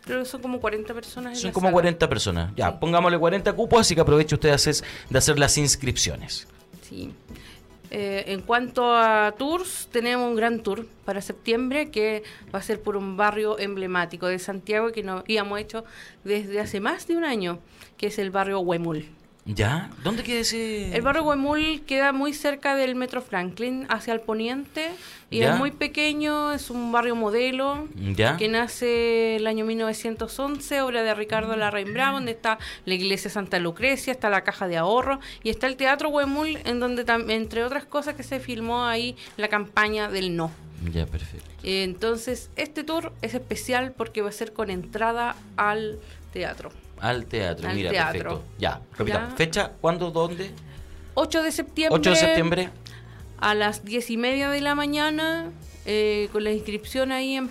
Speaker 6: Creo que son como 40 personas. en
Speaker 4: Son
Speaker 6: la
Speaker 4: como
Speaker 6: sala.
Speaker 4: 40 personas. Ya,
Speaker 6: Sí.
Speaker 4: pongámosle 40 cupos, así que aproveche usted de hacer, de hacer las inscripciones.
Speaker 6: Sí. Eh, en cuanto a tours, tenemos un gran tour para septiembre que va a ser por un barrio emblemático de Santiago que no habíamos hecho desde hace más de un año, que es el barrio Huemul.
Speaker 4: ¿Ya? ¿Dónde queda ese...?
Speaker 6: El barrio Huemul queda muy cerca del Metro Franklin, hacia el poniente, y
Speaker 4: Ya.
Speaker 6: es muy pequeño, es un barrio modelo,
Speaker 4: ¿Ya?
Speaker 6: que nace el año 1911, obra de Ricardo Larraín Bravo, donde está la iglesia Santa Lucrecia, está la caja de ahorro y está el Teatro Huemul, en donde, tam- entre otras cosas, que se filmó ahí la campaña del no.
Speaker 4: Ya, perfecto.
Speaker 6: Eh, Entonces, este tour es especial porque va a ser con entrada al teatro.
Speaker 4: Al teatro,
Speaker 6: Al
Speaker 4: mira,
Speaker 6: teatro.
Speaker 4: perfecto. Ya, repitamos.
Speaker 6: Ya.
Speaker 4: ¿Fecha? ¿Cuándo? ¿Dónde?
Speaker 6: 8 de septiembre.
Speaker 4: 8 de septiembre.
Speaker 6: a las 10 y media de la mañana. eh, con la inscripción ahí en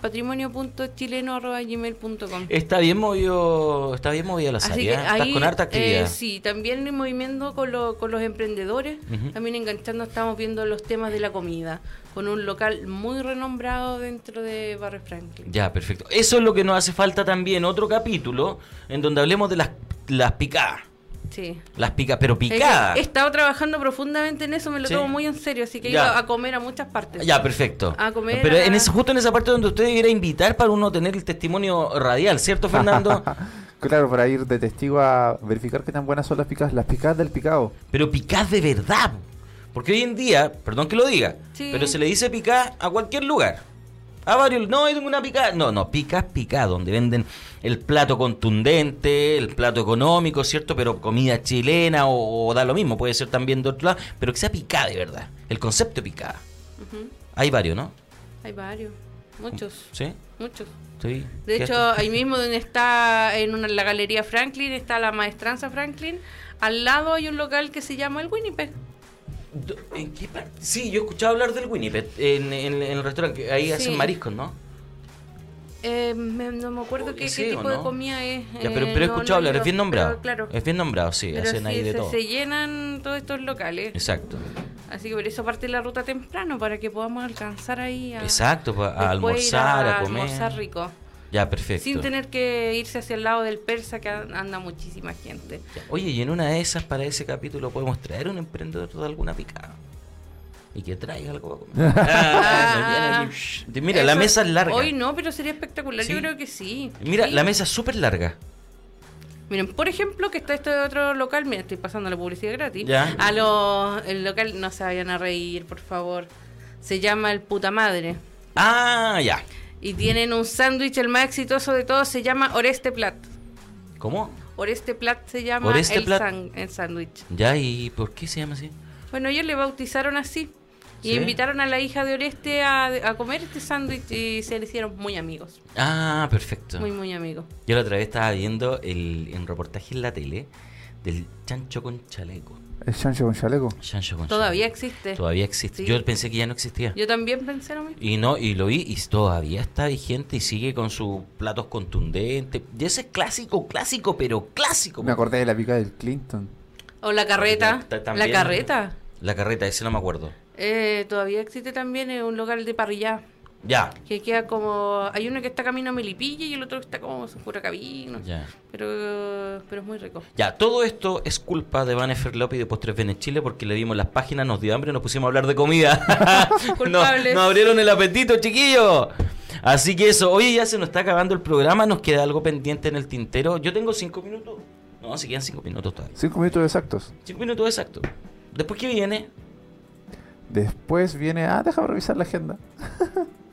Speaker 6: patrimonio.chileno.gmail.com
Speaker 4: Está bien movido, está bien movida la
Speaker 6: Así
Speaker 4: salida.
Speaker 6: que
Speaker 4: Estás
Speaker 6: ahí,
Speaker 4: con harta
Speaker 6: eh,
Speaker 4: actividad.
Speaker 6: sí, también el movimiento con, lo- con los emprendedores,
Speaker 4: Ujú.
Speaker 6: también enganchando, estamos viendo los temas de la comida, con un local muy renombrado dentro de Barrio Franklin.
Speaker 4: Ya, perfecto. Eso es lo que nos hace falta también, otro capítulo en donde hablemos de las, las picadas.
Speaker 6: Sí.
Speaker 4: Las picadas, pero
Speaker 6: Es que
Speaker 4: picadas.
Speaker 6: He estado trabajando profundamente en eso, me lo
Speaker 4: Sí.
Speaker 6: tomo muy en serio, así que
Speaker 4: Ya.
Speaker 6: iba a comer a muchas partes.
Speaker 4: Ya, perfecto.
Speaker 6: A comer
Speaker 4: pero
Speaker 6: a-
Speaker 4: en esa- justo en esa parte donde usted debiera invitar para uno tener el testimonio radial, ¿cierto, Fernando?
Speaker 5: Claro, para ir de testigo a verificar qué tan buenas son las picadas. Las picadas del picado.
Speaker 4: pero picadas de verdad. Porque hoy en día, perdón que lo diga,
Speaker 6: Sí.
Speaker 4: pero se le dice picada a cualquier lugar. A varios, no, hay ninguna picada. No, no, picas, picada, donde venden el plato contundente, el plato económico, ¿cierto? Pero comida chilena o, o da lo mismo, puede ser también de otro lado, pero que sea picada de verdad. El concepto de picada.
Speaker 6: Ujú.
Speaker 4: Hay varios, ¿no?
Speaker 6: Hay varios, muchos,
Speaker 4: Sí,
Speaker 6: muchos.
Speaker 4: sí.
Speaker 6: De hecho,
Speaker 4: Fíjate.
Speaker 6: ahí mismo donde está en una- la Galería Franklin, está la Maestranza Franklin, al lado hay un local que se llama el Winnipeg.
Speaker 4: Do- ¿En qué parte? Sí, yo he escuchado hablar del Winnipeg en, en- en el restaurante. que Ahí
Speaker 6: Sí.
Speaker 4: hacen mariscos, ¿no?
Speaker 6: Eh, me- no me acuerdo qué, qué
Speaker 4: Sí, ¿o
Speaker 6: tipo de
Speaker 4: no?
Speaker 6: comida es.
Speaker 4: Ya, pero,
Speaker 6: eh,
Speaker 4: pero he
Speaker 6: no,
Speaker 4: escuchado
Speaker 6: no,
Speaker 4: hablar,
Speaker 6: yo-
Speaker 4: es bien nombrado.
Speaker 6: pero claro.
Speaker 4: Es bien nombrado, sí,
Speaker 6: Pero
Speaker 4: hacen ahí
Speaker 6: sí,
Speaker 4: de
Speaker 6: se,
Speaker 4: todo.
Speaker 6: se llenan todos estos locales.
Speaker 4: Exacto.
Speaker 6: Así que por eso parte la ruta temprano, para que podamos alcanzar ahí a,
Speaker 4: Exacto, pa- a
Speaker 6: después ir
Speaker 4: almorzar, a, comer.
Speaker 6: almorzar rico.
Speaker 4: Ya, perfecto.
Speaker 6: Sin tener que irse hacia el lado del persa, que an- anda muchísima gente.
Speaker 4: Ya. Oye, y en una de esas, para ese capítulo, podemos traer un emprendedor de alguna picada. Y que traiga algo para comer. Ah, nos viene aquí, shh. Mira, la
Speaker 6: Eso-
Speaker 4: mesa es larga.
Speaker 6: Hoy no, pero sería espectacular.
Speaker 4: Sí.
Speaker 6: Yo creo que sí.
Speaker 4: Mira,
Speaker 6: Sí.
Speaker 4: la mesa es súper larga.
Speaker 6: Miren, por ejemplo, que está este otro local, mira, estoy pasando la publicidad gratis.
Speaker 4: Ya.
Speaker 6: A los el local no se vayan a reír, por favor. Se llama El Puta Madre.
Speaker 4: Ah, ya.
Speaker 6: Y tienen un sándwich, el más exitoso de todos, se llama Oreste Plat.
Speaker 4: ¿Cómo?
Speaker 6: Oreste Plat se llama
Speaker 4: Oreste
Speaker 6: el
Speaker 4: Plat.
Speaker 6: san- el sándwich.
Speaker 4: Ya, ¿y por qué se llama así?
Speaker 6: Bueno, ellos le bautizaron así. Y
Speaker 4: Sí.
Speaker 6: invitaron a la hija de Oreste a, a comer este sándwich y se le hicieron muy amigos.
Speaker 4: Ah, perfecto.
Speaker 6: Muy, muy amigos.
Speaker 4: Yo la otra vez estaba viendo el, un reportaje en la tele del chancho con chaleco.
Speaker 5: El chancho con chaleco.
Speaker 4: Chancho con
Speaker 6: Todavía
Speaker 4: chaleco.
Speaker 6: existe.
Speaker 4: Todavía existe.
Speaker 6: Sí.
Speaker 4: Yo pensé que ya no existía.
Speaker 6: Yo también pensé lo mismo.
Speaker 4: Y no, y lo vi y todavía está vigente y sigue con sus platos contundentes. Y ese es clásico, clásico, pero clásico.
Speaker 5: Me acordé de la pica del Clinton.
Speaker 6: O la carreta.
Speaker 4: Ta-
Speaker 6: La
Speaker 4: también-
Speaker 6: carreta.
Speaker 4: La carreta, ese no me acuerdo.
Speaker 6: Eh, todavía existe también en un local de parrilla.
Speaker 4: Ya.
Speaker 6: Que queda como. Hay uno que está camino a Melipilla y el otro que está como su pura cabina.
Speaker 4: Ya.
Speaker 6: Pero, pero es muy rico.
Speaker 4: Ya, todo esto es culpa de Vanefer López y de Postres Venechile porque le dimos las páginas, nos dio hambre y nos pusimos a hablar de comida. nos,
Speaker 6: Culpables.
Speaker 4: nos abrieron el apetito, chiquillo. Así que eso, oye, ya se nos está acabando el programa, nos queda algo pendiente en el tintero. Yo tengo cinco minutos. No, si quedan cinco minutos todavía.
Speaker 5: Cinco minutos exactos.
Speaker 4: Cinco minutos exacto. Después que viene,
Speaker 5: Después viene. Ah, déjame revisar la agenda.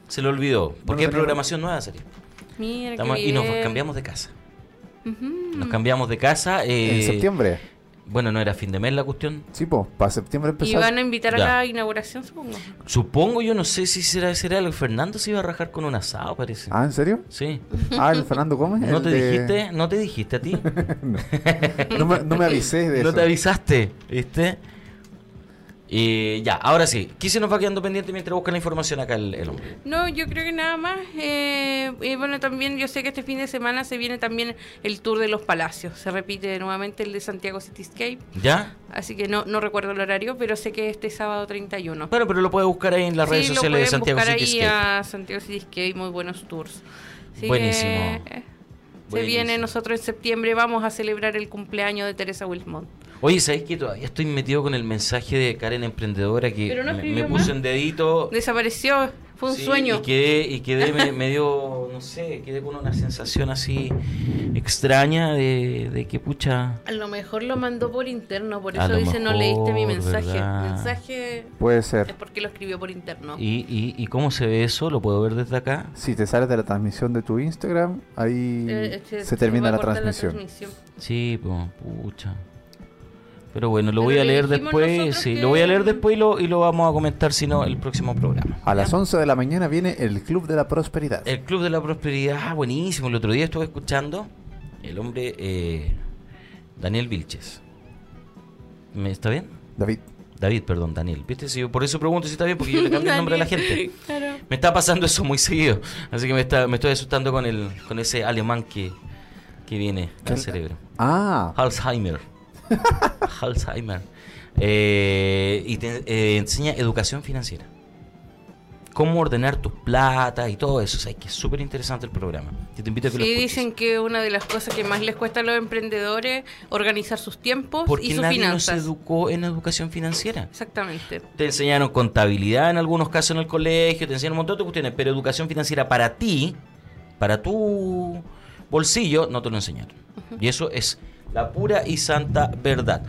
Speaker 4: se lo olvidó.
Speaker 5: Bueno,
Speaker 4: Porque hay
Speaker 5: tenemos-
Speaker 4: programación nueva, sería.
Speaker 6: Mira
Speaker 4: Estamos-
Speaker 6: qué
Speaker 4: y nos
Speaker 6: bien. Mm.
Speaker 4: cambiamos de casa.
Speaker 6: Ujú.
Speaker 4: Nos cambiamos de casa. eh,
Speaker 5: En septiembre.
Speaker 4: Bueno, no era fin de mes la cuestión.
Speaker 5: Sí, pues, para septiembre
Speaker 6: Y
Speaker 5: empezar.
Speaker 6: van a invitar
Speaker 4: Ya.
Speaker 6: a la inauguración, supongo.
Speaker 4: Supongo, yo no sé si será, será algo. Fernando se iba a rajar con un asado, parece.
Speaker 5: Ah, ¿en serio?
Speaker 4: Sí.
Speaker 5: Ah, el Fernando Gómez.
Speaker 4: ¿No
Speaker 5: el
Speaker 4: te
Speaker 5: de-
Speaker 4: dijiste? ¿No te dijiste a ti?
Speaker 5: No me, no me avisé de
Speaker 4: no
Speaker 5: eso.
Speaker 4: te avisaste, ¿viste? Y ya, ahora sí. ¿Qué se nos va quedando pendiente mientras busca la información acá el, el hombre?
Speaker 6: No, yo creo que nada más. eh, y bueno, también yo sé que este fin de semana se viene también el tour de los palacios. Se repite nuevamente el de Santiago Cityscape.
Speaker 4: ¿Ya?
Speaker 6: Así que no, no recuerdo el horario, pero sé que este sábado 31.
Speaker 4: Bueno, pero lo puedes buscar ahí en las redes
Speaker 6: Sí, lo
Speaker 4: sociales de
Speaker 6: pueden
Speaker 4: Santiago
Speaker 6: buscar
Speaker 4: Cityscape.
Speaker 6: ahí ah, a Santiago Cityscape, muy buenos tours. Así
Speaker 4: Buenísimo.
Speaker 6: que, eh, se
Speaker 4: Buenísimo.
Speaker 6: viene nosotros en septiembre, vamos a celebrar el cumpleaños de Teresa Wilmont.
Speaker 4: Oye, ¿sabes qué? Todavía estoy metido con el mensaje de Karen Emprendedora que
Speaker 6: Pero no
Speaker 4: me- me,
Speaker 6: escribió
Speaker 4: puso
Speaker 6: más.
Speaker 4: en dedito.
Speaker 6: Desapareció, fue un
Speaker 4: Sí,
Speaker 6: sueño.
Speaker 4: Y quedé, y quedé me- medio, no sé, quedé con una sensación así extraña de, de que pucha.
Speaker 6: A lo mejor lo mandó por interno, por
Speaker 4: A
Speaker 6: eso
Speaker 4: lo
Speaker 6: dice no leíste mi
Speaker 4: mejor,
Speaker 6: mensaje.
Speaker 4: ¿verdad?
Speaker 6: Mensaje
Speaker 5: Puede
Speaker 6: es
Speaker 5: ser.
Speaker 6: porque lo escribió por interno.
Speaker 4: ¿Y, y, y cómo se ve eso? ¿Lo puedo ver desde acá?
Speaker 5: Si te sales de la transmisión de tu Instagram, ahí
Speaker 6: Eh, este,
Speaker 5: se termina
Speaker 6: va a
Speaker 5: la
Speaker 6: cortar
Speaker 5: transmisión.
Speaker 4: Sí, po, pucha. Pero bueno, lo
Speaker 6: Pero
Speaker 4: voy a
Speaker 6: le
Speaker 4: leer
Speaker 6: dijimos
Speaker 4: después,
Speaker 6: nosotros
Speaker 4: sí,
Speaker 6: que-
Speaker 4: lo voy a leer después y lo, y lo vamos a comentar, si no, el próximo programa.
Speaker 5: A las 11 de la mañana viene el Club de la Prosperidad.
Speaker 4: El Club de la Prosperidad, ah, buenísimo, el otro día estuve escuchando el hombre eh, Daniel Vilches. ¿Me está bien?
Speaker 5: David.
Speaker 4: David, perdón, Daniel. ¿Viste? Si yo- por eso pregunto si está bien, porque yo le cambio el nombre a la gente.
Speaker 6: Claro.
Speaker 4: Me está pasando eso muy seguido, así que me, está, me estoy asustando con, el, con ese alemán que, que viene al cerebro.
Speaker 5: Ah,
Speaker 4: Alzheimer. Alzheimer. Eh, y te eh, enseña educación financiera. Cómo ordenar tus plata y todo eso. O sea, es que es súper interesante el programa. Yo te invito a que lo
Speaker 6: Sí,
Speaker 4: escuches.
Speaker 6: dicen que una de las cosas que más les cuesta a los emprendedores organizar sus tiempos
Speaker 4: Porque
Speaker 6: y sus
Speaker 4: nadie nos
Speaker 6: finanzas.
Speaker 4: educó en educación financiera.
Speaker 6: Exactamente.
Speaker 4: Te enseñaron contabilidad en algunos casos en el colegio, te enseñaron un montón de cuestiones, pero educación financiera para ti, para tu bolsillo, no te lo enseñaron. Y eso es la pura y santa verdad.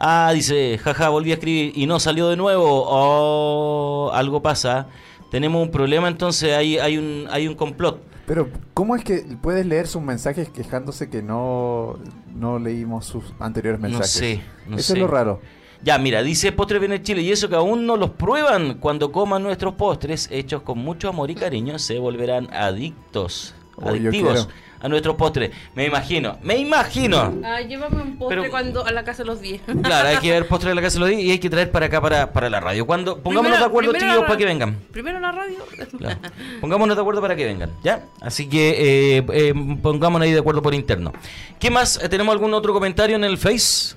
Speaker 4: Ah, dice, jaja, volví a escribir y no salió de nuevo. Oh, algo pasa. Tenemos un problema, entonces hay, hay, un, hay un complot.
Speaker 5: pero ¿cómo es que puedes leer sus mensajes quejándose que no, no leímos sus anteriores
Speaker 4: No
Speaker 5: mensajes?
Speaker 4: sé, no
Speaker 5: Eso
Speaker 4: sé.
Speaker 5: es lo raro.
Speaker 4: Ya, mira, dice Postres Viene Chile, y eso que aún no los prueban. Cuando coman nuestros postres, hechos con mucho amor y cariño, se volverán adictos,
Speaker 5: Oh, yo
Speaker 4: adictivos
Speaker 5: quiero.
Speaker 4: a nuestros postres. Me imagino, me imagino.
Speaker 6: Ah, llévame un postre
Speaker 4: Pero-
Speaker 6: cuando a la casa de los 10.
Speaker 4: Claro, hay que ver postres de la casa de los Di y hay que traer para acá, para, para la radio. Cuando Pongámonos de acuerdo,
Speaker 6: primero
Speaker 4: tíos,
Speaker 6: la-
Speaker 4: para que vengan.
Speaker 6: Primero la radio.
Speaker 4: Claro. Pongámonos de acuerdo para que vengan, ¿ya? Así que eh, eh, pongámonos ahí de acuerdo por interno. ¿Qué más? Eh, ¿Tenemos algún otro comentario en el Face?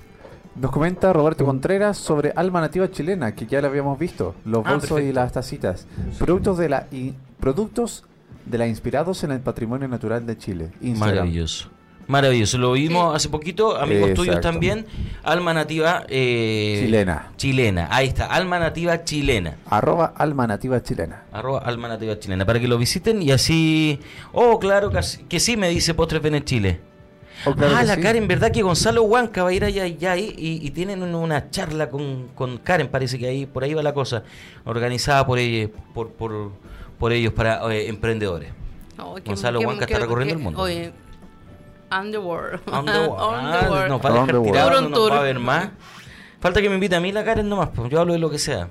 Speaker 5: Nos comenta Roberto Contreras sobre Alma Nativa Chilena, que ya lo habíamos visto, los
Speaker 4: Ah,
Speaker 5: bolsos y
Speaker 4: perfecto.
Speaker 5: las tacitas. Productos de la i- productos de la inspirados en el patrimonio natural de Chile. Instagram.
Speaker 4: Maravilloso. Maravilloso. Lo vimos hace poquito, amigos
Speaker 5: Exacto.
Speaker 4: tuyos también. Alma nativa eh,
Speaker 5: Chilena.
Speaker 4: Chilena. Ahí está, alma nativa chilena.
Speaker 5: Arroba Alma Nativa Chilena.
Speaker 4: Arroba alma nativa chilena. Para que lo visiten y así. Oh, claro que, sí- que sí, me dice Postres Venet Chile.
Speaker 5: Oh, claro
Speaker 4: ah,
Speaker 5: que
Speaker 4: la
Speaker 5: sí.
Speaker 4: Karen, ¿verdad que Gonzalo Huanca va a ir allá, allá y, y- y tienen un- una charla con, con Karen? Parece que ahí por ahí va la cosa, organizada por, ella- por, por, por ellos para eh, emprendedores.
Speaker 6: Oh, qué-
Speaker 4: Gonzalo
Speaker 6: qué-
Speaker 4: Huanca
Speaker 6: qué-
Speaker 4: está recorriendo
Speaker 6: qué-
Speaker 4: el mundo.
Speaker 6: Oye, Underworld.
Speaker 4: Ah,
Speaker 6: Underworld.
Speaker 4: nos va a dejar
Speaker 5: Underworld.
Speaker 4: tirados, no
Speaker 6: Underworld.
Speaker 4: nos va a ver más. Falta que me invite a mí la Karen nomás, pues yo hablo de lo que sea.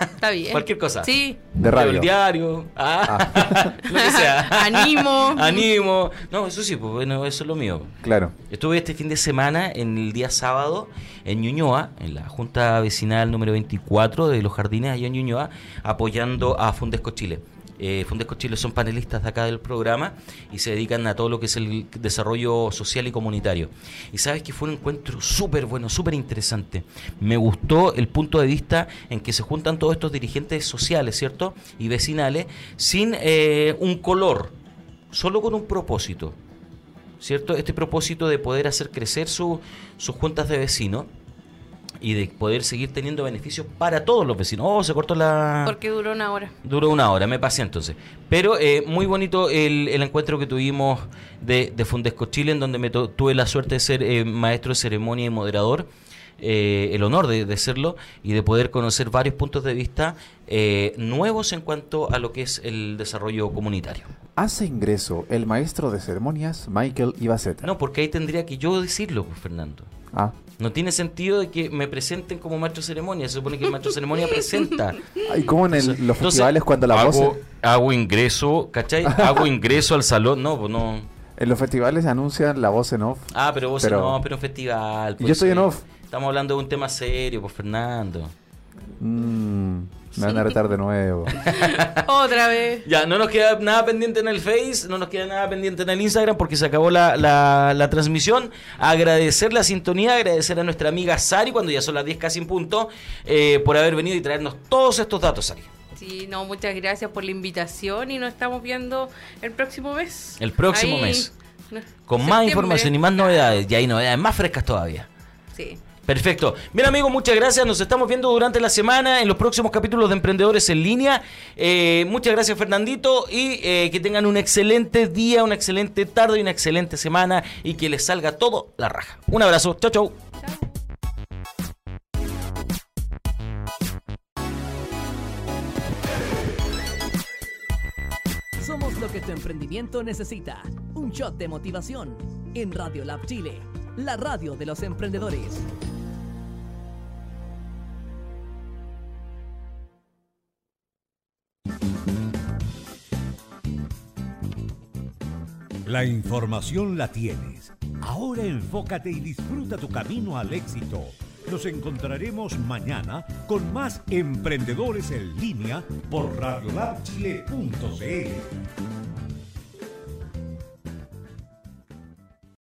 Speaker 6: Está bien.
Speaker 4: Cualquier cosa.
Speaker 6: Sí.
Speaker 5: De
Speaker 4: Pero El
Speaker 5: radio.
Speaker 4: diario. Ah, lo que sea.
Speaker 6: Animo.
Speaker 4: Animo. No, eso sí, pues bueno, eso es lo mío.
Speaker 5: Claro.
Speaker 4: Estuve este fin de semana, en el día sábado, en Ñuñoa, en la Junta Vecinal número 24 de los Jardines, allá en Ñuñoa, apoyando a Fundesco Chile. Eh, Fundesco Chile son panelistas de acá del programa y se dedican a todo lo que es el desarrollo social y comunitario. Y sabes que fue un encuentro súper bueno, súper interesante. Me gustó el punto de vista en que se juntan todos estos dirigentes sociales, ¿cierto? Y vecinales, sin eh, un color, solo con un propósito. ¿cierto? Este propósito de poder hacer crecer su- sus juntas de vecinos y de poder seguir teniendo beneficios para todos los vecinos. Oh, se cortó la...
Speaker 6: Porque duró una hora.
Speaker 4: Duró una hora, me pasé entonces. Pero eh, muy bonito el, el encuentro que tuvimos de, de Fundesco Chile, en donde me to- tuve la suerte de ser eh, maestro de ceremonia y moderador, eh, el honor de, de serlo y de poder conocer varios puntos de vista eh, nuevos en cuanto a lo que es el desarrollo comunitario.
Speaker 5: Hace ingreso el maestro de ceremonias Michael Ibaceta.
Speaker 4: No, porque ahí tendría que yo decirlo, pues, Fernando.
Speaker 5: Ah.
Speaker 4: No tiene sentido de que me presenten como maestro de ceremonia. Se supone que el maestro de ceremonia presenta.
Speaker 5: Y como en el- los
Speaker 4: Entonces,
Speaker 5: festivales cuando la voz
Speaker 4: hago, hago ingreso, ¿cachai? Hago ingreso al salón. No, pues no.
Speaker 5: en los festivales anuncian la voz en off.
Speaker 4: Ah, pero vos
Speaker 5: Pero-
Speaker 4: no, pero en festival.
Speaker 5: Yo estoy en
Speaker 4: eh,
Speaker 5: off.
Speaker 4: Estamos hablando de un tema serio, pues Fernando.
Speaker 5: Mm, me van a retar de nuevo.
Speaker 6: Otra vez.
Speaker 4: Ya, no nos queda nada pendiente en el Face, no nos queda nada pendiente en el Instagram porque se acabó la, la- la transmisión. Agradecer la sintonía, agradecer a nuestra amiga Sari, cuando ya son las 10 casi en punto, eh, por haber venido y traernos todos estos datos, Sari.
Speaker 6: Sí, no, muchas gracias por la invitación y nos estamos viendo el próximo mes.
Speaker 4: El próximo
Speaker 6: Ahí,
Speaker 4: mes.
Speaker 6: no,
Speaker 4: Con más
Speaker 6: septiembre.
Speaker 4: información y más novedades. Y hay novedades más frescas todavía.
Speaker 6: Sí.
Speaker 4: Perfecto. Bien amigos, muchas gracias. Nos estamos viendo durante la semana en los próximos capítulos de Emprendedores en Línea. Eh, muchas gracias Fernandito y eh, que tengan un excelente día, una excelente tarde y una excelente semana y que les salga todo la raja. Un abrazo. Chau, chau.
Speaker 1: Somos lo que tu emprendimiento necesita. Un shot de motivación en Radio Lab Chile, la radio de los emprendedores.
Speaker 2: La información la tienes. Ahora enfócate y disfruta tu camino al éxito. Nos encontraremos mañana con más emprendedores en línea por radiolabchile.cl.